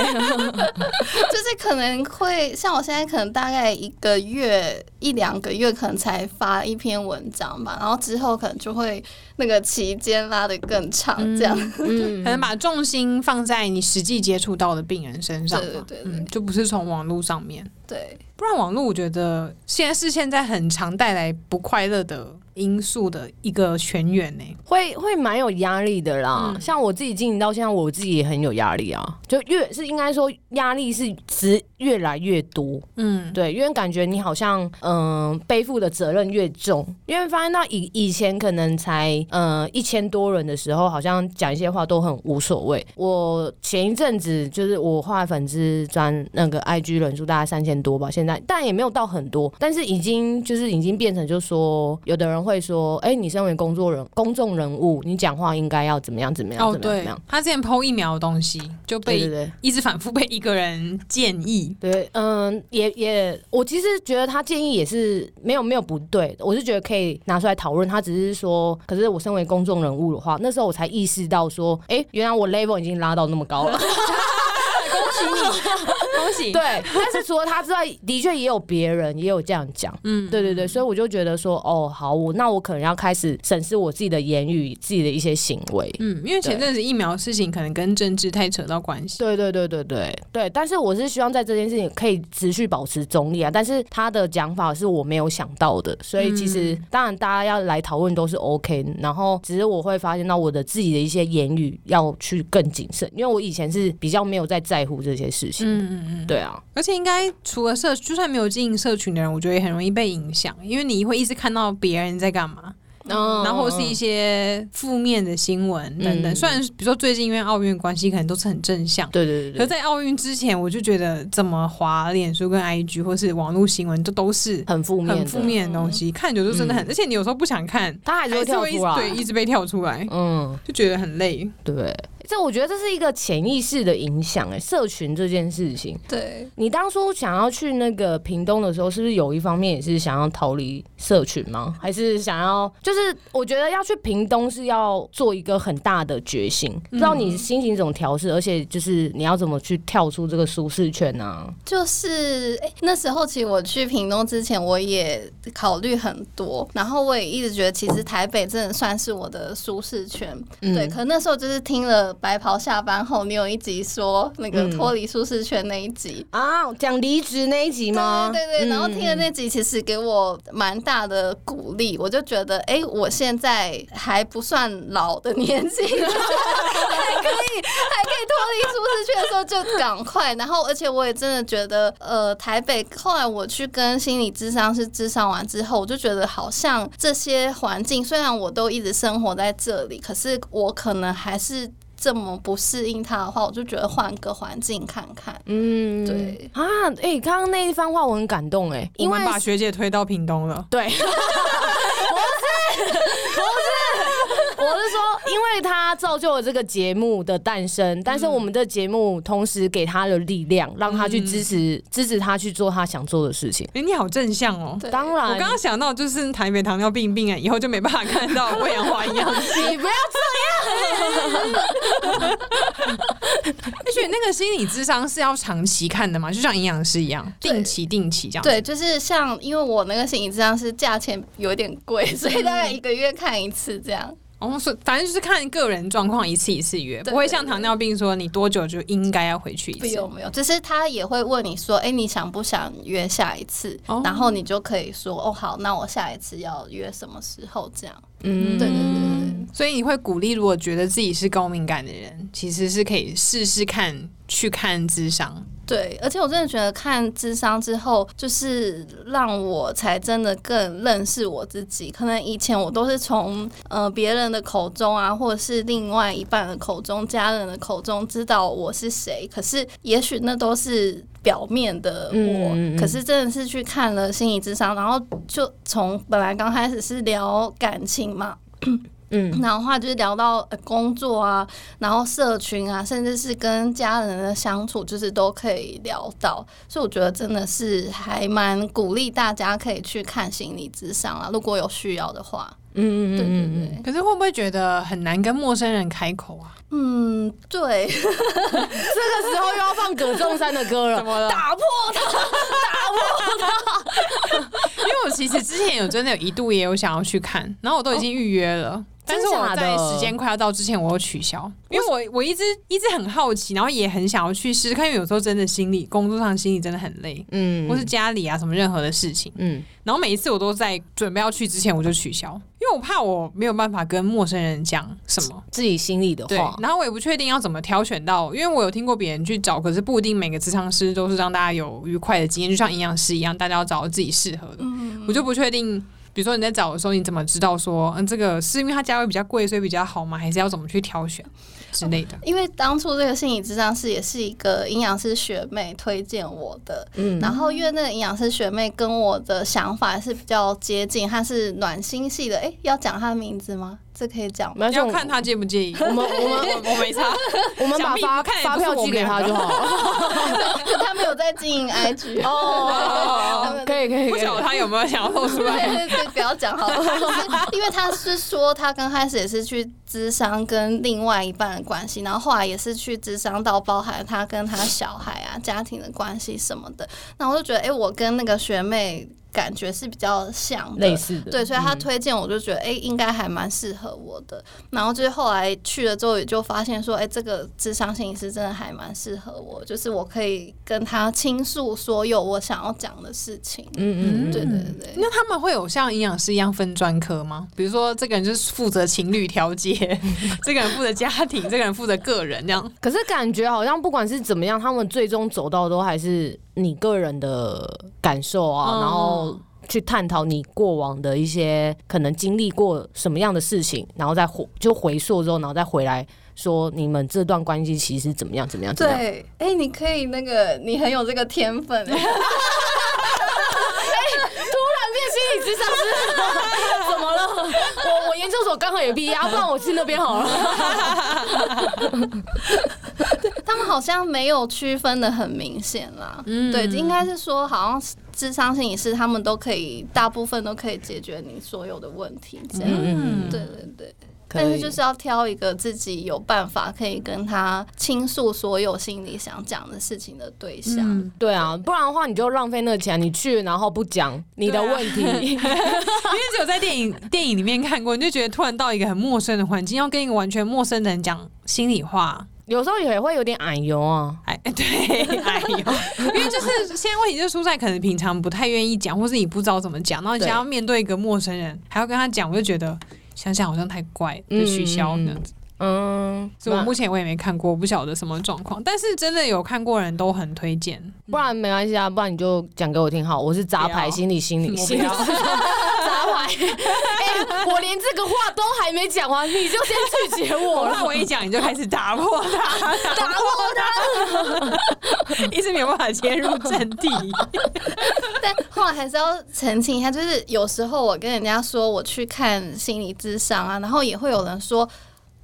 Speaker 3: (laughs) 就是可能会像我现在可能大概一个月一两个月可能才发一篇文章吧，然后之后可能就会那个期间拉得更长，这样、
Speaker 1: 嗯
Speaker 2: 可能把重心放在你实际接触到的病人身上吧，
Speaker 3: 对对对
Speaker 2: 嗯，就不是从网络上面。
Speaker 3: (laughs) 对。
Speaker 2: 不然网络，我觉得现在是现在很常带来不快乐的因素的一个泉源呢、
Speaker 1: 会会蛮有压力的啦。
Speaker 2: 嗯
Speaker 1: 像我自己经营到现在，我自己也很有压力啊。就越是应该说压力是值越来越多，
Speaker 2: 嗯，
Speaker 1: 对，因为感觉你好像嗯、背负的责任越重，因为发现到以以前可能才嗯一千多人的时候，好像讲一些话都很无所谓。我前一阵子就是我画粉丝专那个 IG 人数大概三千多吧，现在但也没有到很多，但是已经就是已经变成就是说，有的人会说，哎、你身为工作人公众人物，你讲话应该要怎么样怎么样
Speaker 2: 哦，
Speaker 1: 怎么样怎
Speaker 2: 对
Speaker 1: 么样，，
Speaker 2: 他之前剖疫苗的东西就
Speaker 1: 对
Speaker 2: 被
Speaker 1: 对对。
Speaker 2: 一直反复被一个人建议，
Speaker 1: 对，嗯，也也，我其实觉得他建议也是没有没有不对，我是觉得可以拿出来讨论。他只是说，可是我身为公众人物的话，那时候我才意识到说，哎、原来我 level 已经拉到那么高了。
Speaker 2: 恭
Speaker 1: (laughs)
Speaker 2: 喜，
Speaker 1: 对，但是除了他之外，的确也有别人也有这样讲。
Speaker 2: 嗯，
Speaker 1: 对对对，所以我就觉得说，哦，好，我那我可能要开始审视我自己的言语、自己的一些行为。
Speaker 2: 嗯，因为前阵子疫苗的事情可能跟政治太扯到关系，
Speaker 1: 对对对对对对，但是我是希望在这件事情可以持续保持中立啊。但是他的讲法是我没有想到的，所以其实、
Speaker 2: 嗯
Speaker 1: 当然大家要来讨论都是 OK，然后只是我会发现到我的自己的一些言语要去更谨慎，因为我以前是比较没有在在乎这些事情。
Speaker 2: 嗯嗯嗯。
Speaker 1: 对啊，
Speaker 2: 而且应该除了社，就算没有经营社群的人，我觉得也很容易被影响，因为你会一直看到别人在干嘛，
Speaker 1: 嗯
Speaker 2: 然后是一些负面的新闻等等。
Speaker 1: 嗯
Speaker 2: 虽然比如说最近因为奥运的关系，可能都是很正向。
Speaker 1: 对对对
Speaker 2: 可
Speaker 1: 对，
Speaker 2: 在奥运之前，我就觉得怎么滑脸书跟 IG 或是网络新闻，这都是
Speaker 1: 很负面，
Speaker 2: 很负。面的东西，看久就真的很，而且你有时候不想看，
Speaker 1: 他还是
Speaker 2: 还
Speaker 1: 会
Speaker 2: 是
Speaker 1: 跳
Speaker 2: 会一直
Speaker 1: 出来，
Speaker 2: 对一直被跳出来，
Speaker 1: 嗯，
Speaker 2: 就觉得很累。
Speaker 1: 对，这我觉得这是一个潜意识的影响，哎，社群这件事情，
Speaker 3: 对，
Speaker 1: 你当初想要去那个屏东的时候，是不是有一方面也是想要逃离社群吗？还是想要就是我觉得要去屏东是要做一个很大的决心，不知道你心情怎么调试，而且就是你要怎么去跳出这个舒适圈啊？
Speaker 3: 就是、诶那时候，其实我去屏东之前，我也考虑很多，然后我也一直觉得，其实台北真的算是我的舒适圈。
Speaker 1: 嗯
Speaker 3: 对，可那时候就是听了《白袍下班后》，你有一集说那个
Speaker 1: 嗯
Speaker 3: 脱离舒适圈那一集。
Speaker 1: 啊，讲离职那一集吗？
Speaker 3: 对对对，
Speaker 1: 嗯
Speaker 3: 然后听了那集，其实给我蛮大的鼓励，我就觉得，哎、我现在还不算老的年
Speaker 1: (laughs)
Speaker 3: 纪，还可以还可以脱离舒适圈的时候就赶快。然后，而且我也真的觉得，呃，台北后来我去跟心理智商是智商完之后，我就觉得好像这些环境，虽然我都一直生活在这里，可是我可能还是。这么不适应它的话，我就觉得换个环境看看。
Speaker 1: 嗯
Speaker 3: 对
Speaker 1: 啊，哎、刚刚那一番话我很感动哎、因
Speaker 2: 我
Speaker 1: 为
Speaker 2: 们把学姐推到屏东了，
Speaker 1: 对，不是不是，我是说，因为他造就了这个节目的诞生，但是我们的节目同时给他的力量，让他去支持、支持他去做他想做的事情。
Speaker 2: 哎、你好正向哦。
Speaker 3: 对
Speaker 1: 当
Speaker 2: 我
Speaker 1: 然，
Speaker 2: 刚刚想到就是台北糖尿病病啊人以后就没办法看到 (laughs) 魏阳华一样，
Speaker 1: 你不要
Speaker 2: 而且那个心理智商是要长期看的嘛，就像营养师一样，
Speaker 3: 对
Speaker 2: 定期定期这样。，
Speaker 3: 对，就是像因为我那个心理智商是价钱有点贵，所以大概一个月看一次这样。
Speaker 2: 哦，所以反正就是看个人状况，一次一次约，
Speaker 3: 对
Speaker 2: 不会像糖尿病说你多久就应该要回去一
Speaker 3: 不
Speaker 2: 次。
Speaker 3: 用没有，就是他也会问你说，哎、你想不想约下一次？
Speaker 2: 哦
Speaker 3: 然后你就可以说，哦，好，那我下一次要约什么时候？这样。
Speaker 1: 嗯，
Speaker 3: 对对对对对
Speaker 2: 嗯，所以你会鼓励，如果觉得自己是高敏感的人，其实是可以试试看去看智商。
Speaker 3: 对，而且我真的觉得看智商之后，就是让我才真的更认识我自己。可能以前我都是从呃别人的口中啊，或者是另外一半的口中、家人的口中知道我是谁，可是也许那都是表面的我。
Speaker 1: 嗯嗯嗯
Speaker 3: 可是真的是去看了心理智商，然后就从本来刚开始是聊感情嘛，
Speaker 1: 嗯
Speaker 3: 然后话就是聊到、呃、工作啊，然后社群啊，甚至是跟家人的相处，就是都可以聊到。所以我觉得真的是还蛮鼓励大家可以去看心理智商啊，如果有需要的话。
Speaker 1: 嗯嗯
Speaker 3: 对对
Speaker 1: 嗯
Speaker 3: 对，
Speaker 1: 嗯，
Speaker 2: 可是会不会觉得很难跟陌生人开口啊？
Speaker 3: 嗯，对，
Speaker 1: 这个时候又要放葛仲山的歌了，
Speaker 2: 怎么了
Speaker 1: 打破
Speaker 2: 因为其实之前有真的有一度也有想要去看，然后我都已经预约了。但是我
Speaker 1: (laughs) 真
Speaker 2: 在
Speaker 1: 假的
Speaker 2: 时间快要到之前，我又取消，因为我我一直一直很好奇，然后也很想要去试试看，因为有时候真的心理工作上心理真的很累，
Speaker 1: 嗯，
Speaker 2: 或是家里啊什么任何的事情，
Speaker 1: 嗯，
Speaker 2: 然后每一次我都在准备要去之前我就取消，因为我怕我没有办法跟陌生人讲什么。
Speaker 1: 自己心里的
Speaker 2: 对
Speaker 1: 话，，
Speaker 2: 然后我也不确定要怎么挑选到，因为我有听过别人去找，可是不一定每个咨商师都是让大家有愉快的经验，就像营养师一样，大家要找到自己适合的。
Speaker 3: 嗯
Speaker 2: 我就不确定，比如说你在找的时候，你怎么知道说，嗯，这个是因为它价位比较贵，所以比较好吗？还是要怎么去挑选之类的？
Speaker 3: 因为当初这个心理咨商师也是一个营养师学妹推荐我的，
Speaker 1: 嗯，
Speaker 3: 然后因为那个营养师学妹跟我的想法是比较接近，她是暖心系的，哎、要讲她的名字吗？这可以讲吗？ (laughs)
Speaker 1: 没
Speaker 2: 要
Speaker 1: 关系
Speaker 2: 看他介不介意。
Speaker 1: 我们我们
Speaker 2: 我 (laughs) 没差，
Speaker 1: 我们
Speaker 2: 想
Speaker 1: 把
Speaker 2: 必
Speaker 1: 发
Speaker 2: 不看也
Speaker 1: 发
Speaker 2: 不是
Speaker 1: 票
Speaker 2: 我
Speaker 1: 寄
Speaker 2: 们
Speaker 1: 给
Speaker 2: 两
Speaker 1: 他
Speaker 2: 个
Speaker 1: 就好了。
Speaker 3: 可她没有在经营 IG
Speaker 1: 哦，可以可以，
Speaker 2: (laughs) 不
Speaker 1: 可以
Speaker 2: 晓得他有没有想要露出来。
Speaker 3: 对对对，不要讲好了，就是因为他是说他刚开始也是去咨商跟另外一半的关系，然后后来也是去咨商到包含他跟他小孩啊、家庭的关系什么的。那我就觉得，哎、我跟那个学妹感觉是比较像的
Speaker 1: 类，似的，嗯
Speaker 3: 对，所以他推荐我就觉得，哎、应该还蛮适合我的。然后就是后来去了之后，也就发现说，哎、这个智商心理师真的还蛮适合我，就是我可以跟他倾诉所有我想要讲的事情。
Speaker 1: 嗯嗯嗯，
Speaker 3: 对对对。
Speaker 2: 那他们会有像营养师一样分专科吗？比如说，这个人就是负责情侣调节，
Speaker 1: (laughs)
Speaker 2: 这个人负责家庭，这个人负责个人，这样
Speaker 1: 可是感觉好像不管是怎么样，他们最终走到都还是你个人的感受啊，
Speaker 2: 嗯
Speaker 1: 然后去探讨你过往的一些可能经历过什么样的事情，然后再回就回溯之后，然后再回来说你们这段关系其实怎么样怎么样怎么 (laughs) 样。
Speaker 3: 对，哎、你可以那个，你很有这个天分、欸。
Speaker 1: 哎变心理智商是怎么了？我我研究所刚好也毕业，啊不然我去那边好了。
Speaker 3: (laughs) 他们好像没有区分的很明显啦。对，应该是说好像智商心理师他们都可以，大部分都可以解决你所有的问题这样。
Speaker 1: 嗯嗯，
Speaker 3: 对对对。
Speaker 1: 可以
Speaker 3: 但是就是要挑一个自己有办法可以跟他倾诉所有心里想讲的事情的对象。
Speaker 1: 对啊，不然的话你就浪费那个钱，你去然后不讲你的
Speaker 2: 对啊
Speaker 1: 问题， (laughs)
Speaker 2: 因为只有在电影电影里面看过，你就觉得突然到一个很陌生的环境，要跟一个完全陌生的人讲心里话，
Speaker 1: 有时候也会有点矮油啊。
Speaker 2: 哎， (laughs) 对，哎呦，因为就是现在问题就是出在可能平常不太愿意讲，或是你不知道怎么讲，然后你
Speaker 1: 对
Speaker 2: 想要面对一个陌生人，还要跟他讲，我就觉得想想好像太怪，就取消
Speaker 1: 嗯
Speaker 2: 那样子。
Speaker 1: 嗯，
Speaker 2: 所以我
Speaker 1: 那
Speaker 2: 目前我也没看过，不晓得什么状况，但是真的有看过人都很推荐。
Speaker 1: 不然没关系啊，不然你就讲给我听好，我是杂
Speaker 2: 不要
Speaker 1: 牌心理心理
Speaker 2: 我
Speaker 1: 心理
Speaker 2: 不
Speaker 1: 杂
Speaker 2: 要
Speaker 1: 牌。 (laughs) 哎、我连这个话都还没讲完，你就先拒绝我
Speaker 2: (laughs) 我
Speaker 1: 了，
Speaker 2: 怕我一讲你就开始打破它，
Speaker 1: (laughs) 打我的。
Speaker 2: (laughs) 一直没有办法切入正
Speaker 1: (laughs)
Speaker 2: 题。
Speaker 3: (laughs) 但后来还是要澄清一下，就是有时候我跟人家说我去看心理咨商啊，然后也会有人说。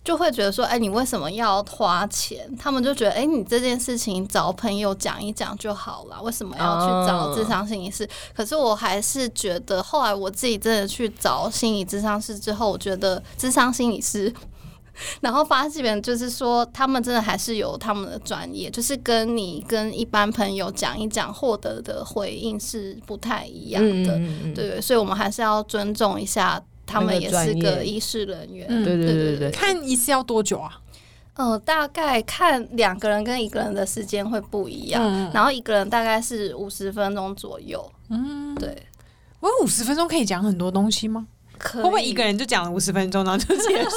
Speaker 3: 就会觉得说，哎、你为什么要花钱？他们就觉得，哎、你这件事情找朋友讲一讲就好了，为什么要去找智商心理师？可是我还是觉得，后来我自己真的去找心理智商师之后，我觉得智商心理师，然后发现就是说，他们真的还是有他们的专业，就是跟你跟一般朋友讲一讲，获得的回应是不太一样
Speaker 1: 嗯
Speaker 3: 的。
Speaker 1: 嗯嗯嗯
Speaker 3: 对，所以我们还是要尊重一下，他
Speaker 1: 那
Speaker 3: 们
Speaker 1: 个
Speaker 3: 也
Speaker 1: 专
Speaker 3: 是
Speaker 1: 业
Speaker 3: 个医师人员。
Speaker 2: 嗯
Speaker 1: 对对
Speaker 3: 对
Speaker 1: 对
Speaker 3: 对
Speaker 1: 对对，
Speaker 2: 看一次要多久 (laughs) 啊？
Speaker 3: 呃，大概看两个人跟一个人的时间会不一样，
Speaker 2: 嗯
Speaker 3: 然后一个人大概是五十分钟左右。嗯，对，
Speaker 2: 我五十分钟可以讲很多东西吗？
Speaker 3: 可
Speaker 2: 会
Speaker 3: 以
Speaker 2: 不会一个人就讲了五十分钟，然后就结束？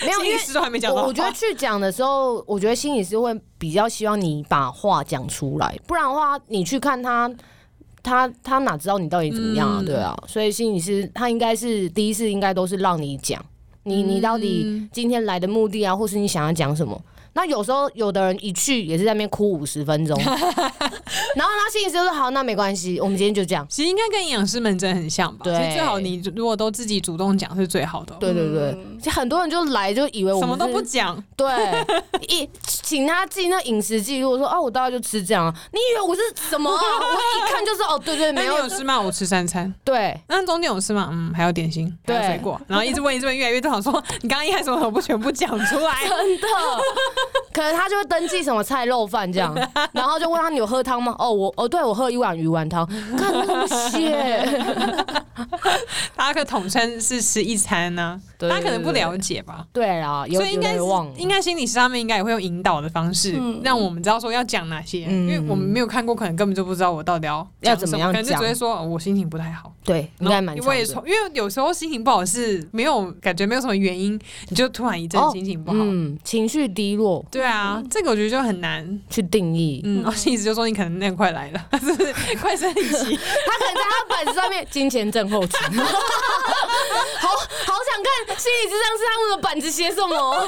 Speaker 1: (laughs) 没有
Speaker 2: 嗯心
Speaker 1: 因
Speaker 2: 理
Speaker 1: 为
Speaker 2: 师都还没讲到
Speaker 1: 我我觉得去讲的时候，我觉得心理师会比较希望你把话讲出来，不然的话，你去看他，他他哪知道你到底怎么样啊？
Speaker 2: 嗯
Speaker 1: 对啊，所以心理师他应该是第一次应该都是让你讲，你你到
Speaker 2: 嗯
Speaker 1: 底今天来的目的啊，或是你想要讲什么。那有时候有的人一去也是在那边哭五十分
Speaker 2: (laughs)
Speaker 1: 钟，然后他心理师就说好，那没关系，我们今天就这样。
Speaker 2: 其实应该跟营养师门诊很像吧？
Speaker 1: 对
Speaker 2: 其实最好你如果都自己主动讲是最好的。哦
Speaker 1: 对对对，
Speaker 3: 嗯
Speaker 1: 其实很多人就来就以为我们
Speaker 2: 什么都
Speaker 1: 是
Speaker 2: 不讲，
Speaker 1: 对，一请他记那饮食记录，说哦，我大概就吃这样啊。你以为我是什
Speaker 2: (laughs)
Speaker 1: 么啊？我一看就是哦，对对，
Speaker 2: 那
Speaker 1: 没
Speaker 2: 哎你
Speaker 1: 有
Speaker 2: 有，吃吗？我吃三餐。
Speaker 1: 对
Speaker 2: 那中间有吃吗？嗯，还有点心，还
Speaker 1: 对
Speaker 2: 有水
Speaker 1: (laughs)
Speaker 2: 果，然后一直问，一直问，越来越多。想说你刚刚一开始怎么不全部讲出来？
Speaker 1: 真的。可能他就会登记什么菜肉饭
Speaker 2: (laughs)
Speaker 1: 这样，然后就问他你有喝汤吗？哦，我哦，对我喝一碗鱼丸汤，看那么些，
Speaker 2: 大家可统称是吃一餐呢、
Speaker 1: 对
Speaker 2: 大家可能不了解吧。
Speaker 1: 对啦，有
Speaker 2: 所以应
Speaker 1: 有
Speaker 2: 该
Speaker 1: 点
Speaker 2: 是
Speaker 1: 忘了，
Speaker 2: 应该心理师上面应该也会用引导的方式，
Speaker 3: 嗯
Speaker 2: 让我们知道说要讲哪些，
Speaker 1: 嗯
Speaker 2: 因为我们没有看过，可能根本就不知道我到底要
Speaker 1: 要
Speaker 2: 讲
Speaker 1: 怎么
Speaker 2: 什
Speaker 1: 样
Speaker 2: 可能就
Speaker 1: 讲
Speaker 2: 只会说、哦我心情不太好。
Speaker 1: 对，应该蛮
Speaker 2: 因
Speaker 1: 长
Speaker 2: 为
Speaker 1: 的。
Speaker 2: 从因为有时候心情不好是没有感觉没有什么原因，你就突然一阵
Speaker 1: 哦
Speaker 2: 心情不好。
Speaker 1: 嗯，情绪低落
Speaker 2: 对啊，这个我觉得就很难。
Speaker 1: 去定义，
Speaker 2: 嗯，然后心理师就说你可能那个快来了，是不 (laughs) 是快生理期？
Speaker 1: 他可能在他本子上面金钱症候群，好好想看心理咨商师他们的板子写什么，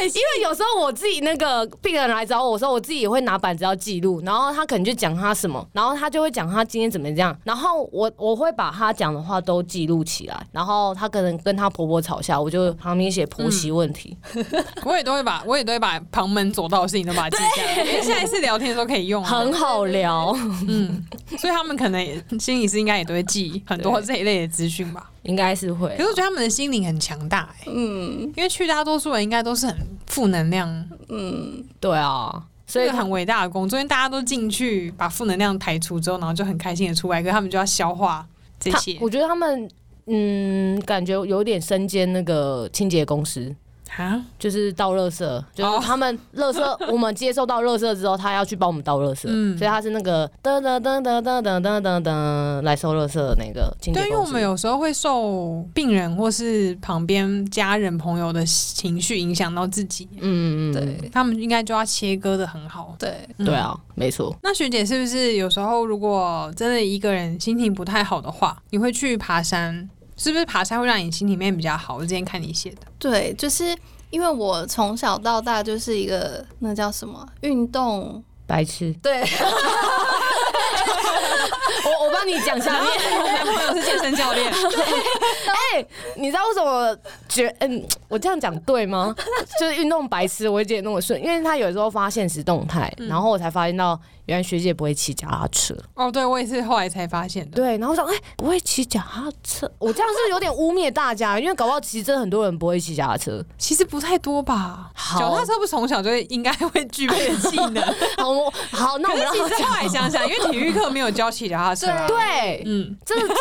Speaker 1: 因为有时候我自己那个病人来找我的时候，我自己也会拿板子要记录，然后他可能就讲他什么，然后他就会讲他今天怎么样，然后我我会把他讲的话都记录起来，然后他可能跟他婆婆吵架，我就旁边写婆媳问题，
Speaker 2: 我也都会把我也都会把旁门左道的事情都把它记下来，因为下一次聊天的时候可以用啊
Speaker 1: 很。好聊，
Speaker 2: 嗯，所以他们可能也心理师应该也都会记很多这一类的资讯吧。
Speaker 1: 应该是会
Speaker 2: 可是。我觉得他们的心灵很强大、欸，
Speaker 3: 嗯
Speaker 2: 因为去大多数人应该都是很负能量，
Speaker 3: 嗯，
Speaker 1: 对啊，所
Speaker 2: 所
Speaker 1: 以
Speaker 2: 以很伟大的工作，因为大家都进去把负能量排除之后，然后就很开心的出来，可是他们就要消化这
Speaker 1: 他
Speaker 2: 些
Speaker 1: 我觉得他们嗯，感觉有点身兼那个清洁公司。
Speaker 2: 啊。
Speaker 1: 就是倒垃圾，就是
Speaker 2: 哦
Speaker 1: 他们垃圾，我们接受到垃圾之后，他要去帮我们倒垃圾，
Speaker 2: 嗯
Speaker 1: 所以他是那个噔噔噔噔噔噔噔噔噔来收垃圾的那个清洁
Speaker 2: 对，因为我
Speaker 1: 公司
Speaker 2: 们有时候会受病人或是旁边家人朋友的情绪影响到自己，
Speaker 1: 嗯嗯嗯，
Speaker 3: 对
Speaker 2: 他们应该就要切割的很好。
Speaker 3: 对，
Speaker 2: 嗯
Speaker 1: 对啊，没错，
Speaker 2: 那学姐是不是有时候如果真的一个人心情不太好的话，你会去爬山？是不是爬山会让你心里面比较好？我之前看你写
Speaker 1: (laughs)
Speaker 2: 的，
Speaker 3: 对，就是因为我从小到大就是一个那叫什么运动，
Speaker 1: 白痴，
Speaker 3: 对，
Speaker 1: (laughs) 我我帮你讲下面，
Speaker 2: 男朋友是健身教练，
Speaker 1: 你知道为什么觉嗯，我这样讲对吗？ (laughs) 就是运动白痴，我会觉得那么顺，因为他有时候发现实动态，然后我才发现到原来学姐不会骑脚踏车，
Speaker 2: 哦，对我也是后来才发现的。
Speaker 1: 对，然后我想，哎、不会骑脚踏车，我这样是有点污蔑大家，因为搞不好其实真的很多人不会骑脚踏车。
Speaker 2: 其实不太多吧，
Speaker 1: 好
Speaker 2: 脚踏车不从小就应该会具备的技
Speaker 1: (laughs)
Speaker 2: 能。
Speaker 1: (laughs) 好，我好，那我
Speaker 2: 可
Speaker 1: 们
Speaker 2: 是
Speaker 1: 让
Speaker 2: 其
Speaker 1: 他
Speaker 2: 实后来想想，因为体育课没有教骑脚踏车、啊，，
Speaker 1: 对，
Speaker 2: 嗯，
Speaker 1: 这是假。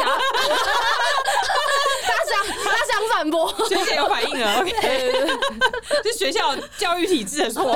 Speaker 1: 他想，他想反驳。
Speaker 2: (laughs) 学姐有反应了，OK，是 (laughs) 学校教育体 (laughs) 制的错
Speaker 1: 对。，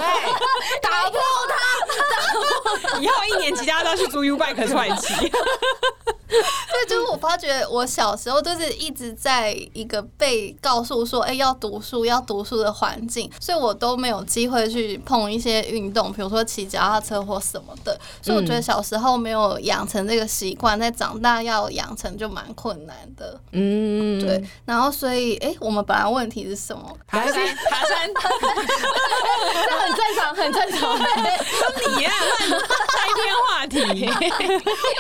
Speaker 1: 打破他。
Speaker 2: 以后一年级大家都要去租 U bike 出来骑，
Speaker 3: 对，就是我发觉我小时候就是一直在一个被告诉说，哎、要读书，要读书的环境，所以我都没有机会去碰一些运动，比如说骑脚踏车或什么的。所以我觉
Speaker 1: 嗯
Speaker 3: 得小时候没有养成这个习惯，在长大要养成就蛮困难的。
Speaker 1: 嗯，
Speaker 3: 对，然后所以，哎、我们本来问题是什么？
Speaker 2: 爬山，爬山，
Speaker 1: 这很正常，很正
Speaker 3: (laughs)
Speaker 1: 常。
Speaker 2: (laughs) 你呀、乱摘 (laughs) 偏话题。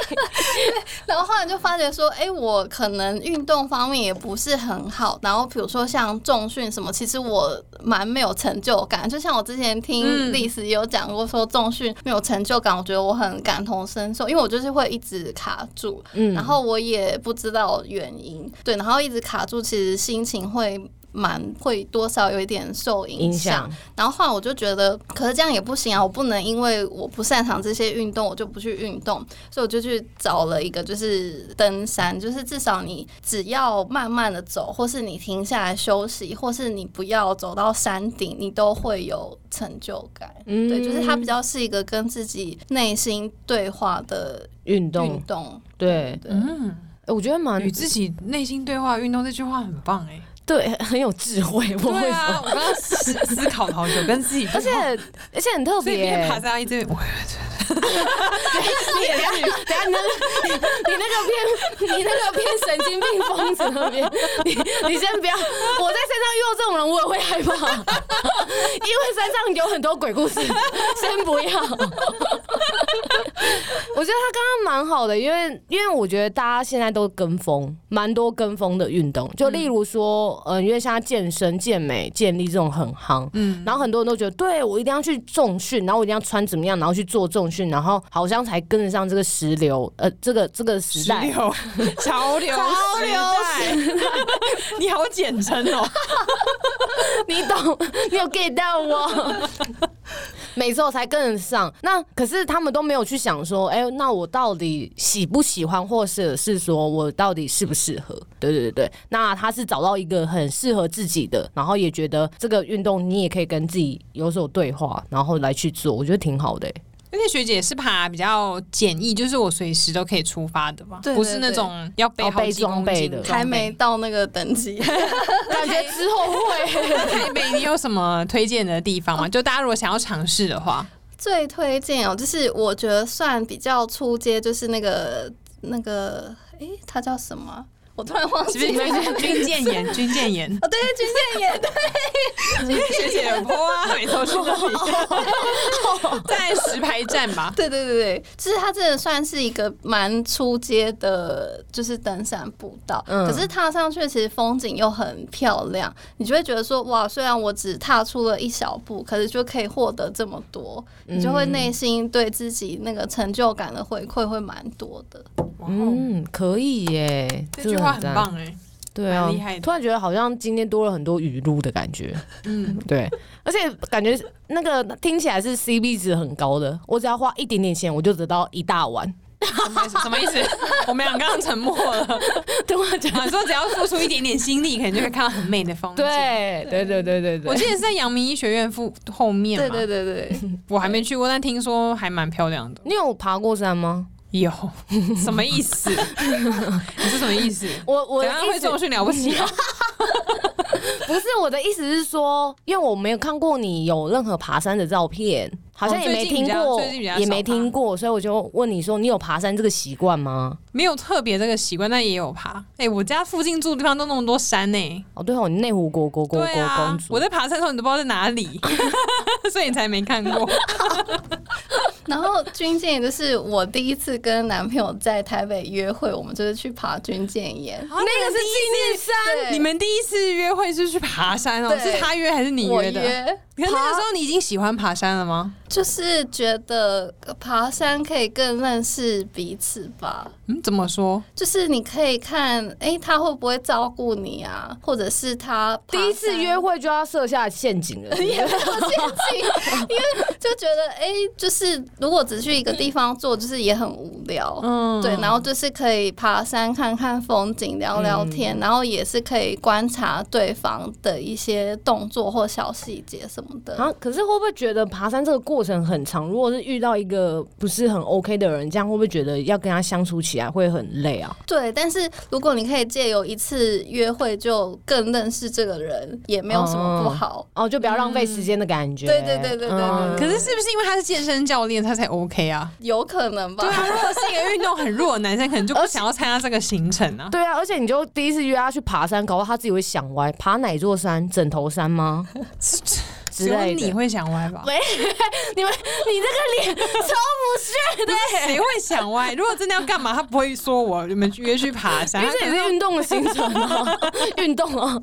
Speaker 3: (laughs) 然后后来就发觉说，哎、我可能运动方面也不是很好。然后比如说像重训什么，其实我蛮没有成就感。就像我之前听
Speaker 2: 嗯
Speaker 3: 历史也有讲过，说重训没有成就感，我觉得我很感同身受，因为我就是会一直卡住，
Speaker 1: 嗯
Speaker 3: 然后我也不知道原因，对，然后一直卡住，其实心情会。蛮会多少有一点受影
Speaker 1: 影
Speaker 3: 响
Speaker 1: 响，
Speaker 3: 然后后来我就觉得，可是这样也不行啊！我不能因为我不擅长这些运动，我就不去运动。所以我就去找了一个，就是登山，就是至少你只要慢慢的走，或是你停下来休息，或是你不要走到山顶，你都会有成就感。
Speaker 1: 嗯
Speaker 3: 对，就是它比较是一个跟自己内心对话的
Speaker 1: 运
Speaker 3: 运
Speaker 1: 动，
Speaker 3: 动。
Speaker 1: 对，哎
Speaker 3: 对，
Speaker 2: 嗯，
Speaker 1: 我觉得蛮
Speaker 2: 与自己内心对话运动这句话很棒哎、
Speaker 1: 对，很有智慧。 (laughs) 我会
Speaker 2: 对
Speaker 1: 说，
Speaker 2: 啊，我刚刚 (laughs) 思思考好久，跟自己对话，
Speaker 1: 而且而且很特
Speaker 2: 所以
Speaker 1: 别
Speaker 2: 边
Speaker 1: 欸。
Speaker 2: 爬山一直我
Speaker 1: 你等下，等下，你那个，你你那个偏，你那个偏神经病疯子那边，你你先不要。我在山上遇到这种人，我也会害怕， (laughs) 因为山上有很多鬼故事，先不要。 (laughs) 我觉得他刚刚蛮好的，因为因为我觉得大家现在都跟风，蛮多跟风的运动，就例如说，嗯、呃，因为现在健身、健美、健力这种很夯，嗯，然后很多人都觉得，对我一定要去重训，然后我一定要穿怎么样，然后去做重训，然后好像才跟得上这个时流，呃，这个这个时代。
Speaker 2: 流 (laughs) 潮流
Speaker 1: 潮流
Speaker 2: 时代， (laughs) 你好简称哦。
Speaker 1: 你懂， (laughs) 你有 get 到我？每次我才跟得上。那可是他们都没有去想说，哎、那我到底喜不喜欢，或者是说我到底适不适合？对对对对。那他是找到一个很适合自己的，然后也觉得这个运动你也可以跟自己有所对话，然后来去做，我觉得挺好
Speaker 2: (laughs)
Speaker 1: 的、欸
Speaker 2: 而且学姐是爬比较简易，就是我随时都可以出发的嘛，
Speaker 3: 对对
Speaker 2: 不是那种要背好几公
Speaker 1: 哦要背装备
Speaker 2: 斤
Speaker 1: 的
Speaker 3: 还没。到那个等级。
Speaker 1: 感觉之后
Speaker 2: (laughs)
Speaker 1: 会。
Speaker 2: 那台北，你有什么推荐的地
Speaker 3: (laughs)
Speaker 2: 方吗？就大家如果想要尝试的话，
Speaker 3: 最推荐哦，就是我觉得算比较出街，就是那个那个，诶，它叫什么啊？我突然忘
Speaker 2: 是不是
Speaker 3: 记
Speaker 2: 你
Speaker 3: 了。
Speaker 2: 们是军舰岩？军舰岩，
Speaker 3: (laughs) 哦，对，军舰也 (laughs) 对，
Speaker 2: 学姐有坡啊，每头去那里， (laughs) 在石牌站吧。
Speaker 3: 对对对对，就是它真的算是一个蛮出街的，就是登山步道。
Speaker 1: 嗯
Speaker 3: 可是踏上去其实风景又很漂亮，你就会觉得说哇，虽然我只踏出了一小步，可是就可以获得这么多，你就会内心对自己那个成就感的回馈会蛮多的。哦
Speaker 2: 嗯，
Speaker 1: 嗯，可以耶、
Speaker 2: 这句话很
Speaker 1: 赞。
Speaker 2: 棒哎。
Speaker 1: 对啊
Speaker 2: 蛮厉害的，
Speaker 1: 突然觉得好像今天多了很多语录的感觉。
Speaker 2: 嗯，
Speaker 1: 对，而且感觉那个听起来是 CP 值很高的，我只要花一点点钱，我就得到一大碗。 (laughs)
Speaker 2: 什么意思？什么意思？
Speaker 3: (laughs)
Speaker 2: 我们俩刚刚沉默了。
Speaker 1: 对，我觉得
Speaker 2: 啊，说只要付出一点点心力，可能就会看到很美的风景。，
Speaker 1: 对对对对对
Speaker 2: 我
Speaker 1: 对，
Speaker 2: 记得是在阳明医学院附后面嘛。
Speaker 3: 对对对对，
Speaker 2: 我还没去过，但听说还蛮漂亮的。
Speaker 1: 你有爬过山吗？
Speaker 2: 有什么意思？你是什么意思？
Speaker 1: 我我
Speaker 2: 怎
Speaker 1: 的
Speaker 2: 样
Speaker 1: 意
Speaker 2: 会
Speaker 1: 思
Speaker 2: 重训了不起啊？
Speaker 1: 不是我的意思是说，因为我没有看过你有任何爬山的照片，好像
Speaker 2: 哦
Speaker 1: 也没
Speaker 2: 最近
Speaker 1: 听
Speaker 2: 比较
Speaker 1: 过，
Speaker 2: 最近比较少
Speaker 1: 也没听
Speaker 2: 爬
Speaker 1: 过，所以我就问你说，你有爬山这个习惯吗？
Speaker 2: 没有特别这个习惯，但也有爬。哎、我家附近住的地方都那么多山呢、
Speaker 1: 哦，对哦，你内湖国国国国
Speaker 2: 对啊
Speaker 1: 公，主
Speaker 2: 我，在爬山的时候你都不知道在哪里，所以你才没看过。
Speaker 3: 然后军舰岩就是我第一次跟男朋友在台北约会，我们就是去爬军舰岩。
Speaker 1: 那个是纪念山，
Speaker 3: 对
Speaker 2: 你们第一次约会是去爬山哦、
Speaker 3: 对
Speaker 2: 是他约还是你
Speaker 3: 我
Speaker 2: 约的？
Speaker 3: 约
Speaker 2: 可是那个时候你已经喜欢爬山了吗？
Speaker 3: 就是觉得爬山可以更认识彼此吧。
Speaker 2: 嗯，怎么说？
Speaker 3: 就是你可以看，哎、他会不会照顾你啊？或者是他爬
Speaker 1: 第一次
Speaker 3: 山
Speaker 1: 约会就要设下陷阱 (laughs) 了。
Speaker 3: 也没有陷阱，因为就觉得，哎、就是如果只去一个地方做，就是也很无聊。
Speaker 2: 嗯，
Speaker 3: 对，然后就是可以爬山看看风景，聊聊天，然后也是可以观察对方的一些动作或小细节什么的。
Speaker 1: 啊，可是会不会觉得爬山这个过程很长？如果是遇到一个不是很 OK 的人，这样会不会觉得要跟他相处起来会很累啊？
Speaker 3: 对，但是如果你可以借由一次约会就更认识这个人，也没有什么不好。
Speaker 1: 哦，就不要浪费时间的感觉。
Speaker 3: 对对对对对对
Speaker 2: 可是是不是因为他是健身教练，他才 OK 啊？
Speaker 3: 有可能吧？
Speaker 2: 对啊，如
Speaker 3: (laughs)
Speaker 2: 果是一个运动很弱的男生，可能就不想要参加这个行程啊。
Speaker 1: 对啊，而且你就第一次约他去爬山，搞不好他自己会想歪，爬哪座山？枕头山吗？之
Speaker 2: 只有
Speaker 1: 类的。
Speaker 2: 你会想歪吧？
Speaker 1: (laughs) 你们你这个脸超不屑的，
Speaker 2: 谁会想歪？如果真的要干嘛，他不会说我你们约去爬山。
Speaker 1: 因
Speaker 2: 他
Speaker 1: 为这
Speaker 2: 可
Speaker 1: 也
Speaker 2: 能
Speaker 1: 是运动的 (laughs) 行程啊，运动啊。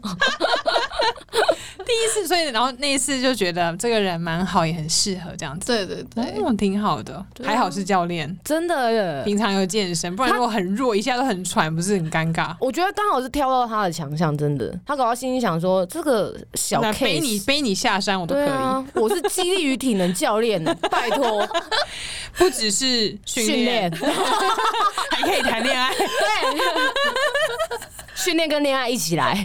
Speaker 2: 第一次，所以然后那一次就觉得这个人蛮好，也很适合这样子。
Speaker 3: 对对对，
Speaker 2: 哦，挺好的，
Speaker 1: 啊
Speaker 2: 还好是教练，
Speaker 1: 真的耶，
Speaker 2: 平常有健身，不然如果很弱，一下都很喘，不是很尴尬？
Speaker 1: 我觉得刚好是挑到他的强项，真的。他搞到心里想说，这个小
Speaker 2: 那
Speaker 1: case
Speaker 2: 背你背你下山我都可
Speaker 1: 对
Speaker 2: 以，
Speaker 1: 啊，我是激励与体能教练
Speaker 2: (laughs)
Speaker 1: 呢，拜托
Speaker 2: 不只是训
Speaker 1: 训
Speaker 2: 练
Speaker 1: 练，，
Speaker 2: 还可以谈恋爱。 (laughs)
Speaker 1: 对， (laughs) 训练跟恋爱一起来，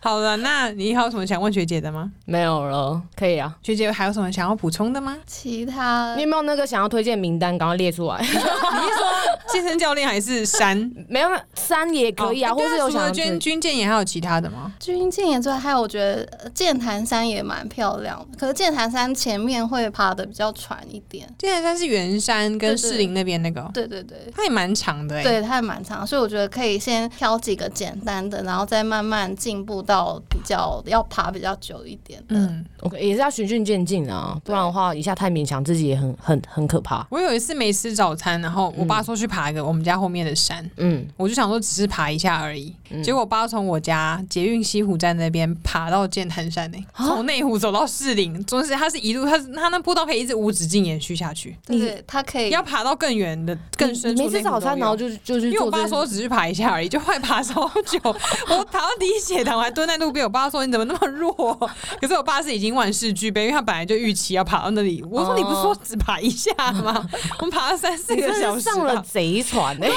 Speaker 2: 好了，那你还有什么想问学姐的吗？
Speaker 1: 没有了，可以啊。
Speaker 2: 学姐还有什么想要补充的吗？
Speaker 3: 其他
Speaker 2: 呃
Speaker 3: 呃
Speaker 1: 你有没有那个想要推荐名单？赶快列出来。 (laughs)
Speaker 2: 你是说 (laughs) 健身教练还是 (laughs) 山？
Speaker 1: 没有没有三也可以啊，
Speaker 2: 哦
Speaker 1: 或是
Speaker 2: 对
Speaker 1: 有
Speaker 2: 除
Speaker 1: 想
Speaker 2: 了
Speaker 1: 要
Speaker 2: 军
Speaker 1: 追
Speaker 2: 军舰也还有其他的吗？
Speaker 3: 军舰也之外，还有我觉得呃剑潭山也蛮漂亮的，可是剑潭山前面会爬的比较喘一点。
Speaker 2: 剑潭山啊是圆山跟
Speaker 3: 对对
Speaker 2: 士林那边那个哦，
Speaker 3: 对对对。
Speaker 2: 它也蛮长的哎、
Speaker 3: 对，它还蛮长，所以我觉得可以先挑几个简单的，然后再慢慢进步到比较要爬比较久一点的。
Speaker 2: 嗯，
Speaker 1: OK，也是要循序渐进啊，不然的话一下太勉强自己也很很很可怕。
Speaker 2: 我有一次没吃早餐，然后我爸说去爬一个我们家后面的山，
Speaker 1: 嗯，
Speaker 2: 我就想说只是爬一下而已。结果我爸从我家捷运西湖站那边爬到剑潭山呢、从内湖走到士林，总之他是一路，他是他那步道可以一直无止境延续下去，
Speaker 3: 对对，它可以
Speaker 2: 要爬到更远的、更深
Speaker 1: 你
Speaker 2: 处。
Speaker 1: 没吃早餐，然后。就就去
Speaker 2: 啊因为我
Speaker 1: 做这
Speaker 2: 爸
Speaker 1: 件事。
Speaker 2: 说只是爬一下而已，就后来爬超久，我爬到低血糖，我还蹲在路边。我爸说你怎么那么弱？ (laughs) 可是我爸是已经万事俱备，因为他本来就预期要爬到那里。我
Speaker 1: 哦
Speaker 2: 说你不是说只爬一下吗？我们爬了三四
Speaker 1: 你
Speaker 2: 个
Speaker 1: 真
Speaker 2: 小
Speaker 1: 是
Speaker 2: 时啊吧，
Speaker 1: 上
Speaker 2: 啊 (laughs)
Speaker 1: 了贼船哎、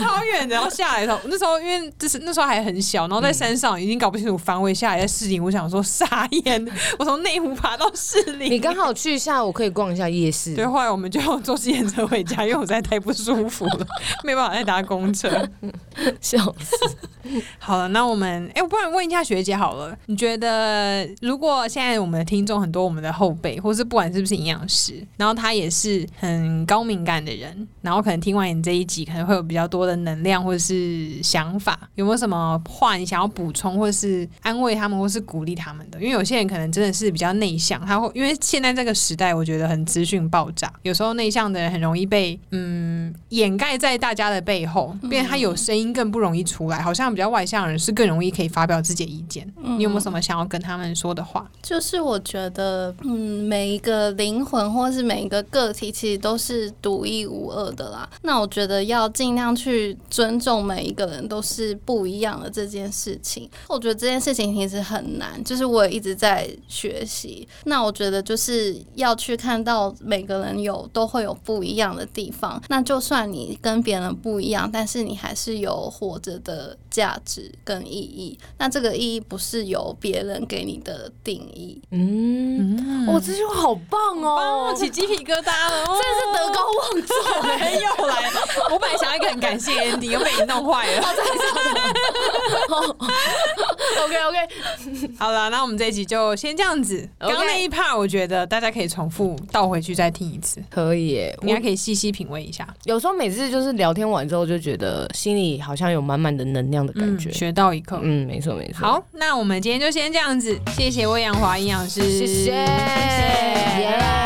Speaker 2: 超远的，然后下来的时候，那时候因为就是那时候还很小，然后
Speaker 1: 嗯
Speaker 2: 在山上已经搞不清楚方位，下来在士林，我想说傻眼，我从内湖爬到士林。
Speaker 1: 你刚好去下午可以逛一下夜市
Speaker 2: 对，，啊后来我们就坐自行车回家，因为我实在太不舒服了，没办法再搭公车。
Speaker 1: (laughs) 笑死！
Speaker 2: 好了，那我们哎、我不然问一下学姐好了，你觉得如果现在我们的听众很多，我们的后辈，或是不管是不是营养师，然后他也是很高敏感的人，然后可能听完你这一集，可能会有比较多的能量或者是想法，有没有什么话你想要补充，或是安慰他们，或是鼓励他们的？因为有些人可能真的是比较内向，他会因为现在这个时代，我觉得很资讯爆炸，有时候内向的人很容易被嗯掩盖在大家的背后，变得他有声音更不容易出来，好像比较外向的人是更容易可以发表自己的意见。你有没有什么想要跟他们说的话？
Speaker 3: 就是我觉得，嗯，每一个灵魂或是每一个个体，其实都是独一无二的啦。那我觉得要尽量去尊重每一个人都是不一样的这件事情。我觉得这件事情其实很难，就是我也一直在学习。那我觉得就是要去看到每个人有都会有不一样的地方。那就算你跟别人不一样，但是你还是有活着的价值跟意义。那这个意义不是由别人给你的定义。
Speaker 1: 嗯，
Speaker 2: 嗯，啊
Speaker 1: 我、这句话好棒哦，
Speaker 2: 起鸡皮疙瘩了，哦
Speaker 1: 真的是德高望重。
Speaker 2: 没有啦， (laughs) 我本来想要一个很感谢 Andy，又被你弄坏了。
Speaker 1: OK OK，
Speaker 2: 好了，那我们这一集就先这样子。刚
Speaker 1: OK
Speaker 2: 刚那一 part 我觉得大家可以重复倒回去再听一次，
Speaker 1: 可以耶。
Speaker 2: 你还
Speaker 1: 我
Speaker 2: 可以细细品味一下，
Speaker 1: 有时候每次就是聊天完之后，就觉得心里好像有满满的能量的感觉
Speaker 2: 嗯。学到一课。
Speaker 1: 嗯，没错没错。，
Speaker 2: 好，那我们今天就先这样子，谢谢魏阳华营养师，
Speaker 1: 谢谢，
Speaker 2: 谢谢，
Speaker 1: 耶
Speaker 2: 拜拜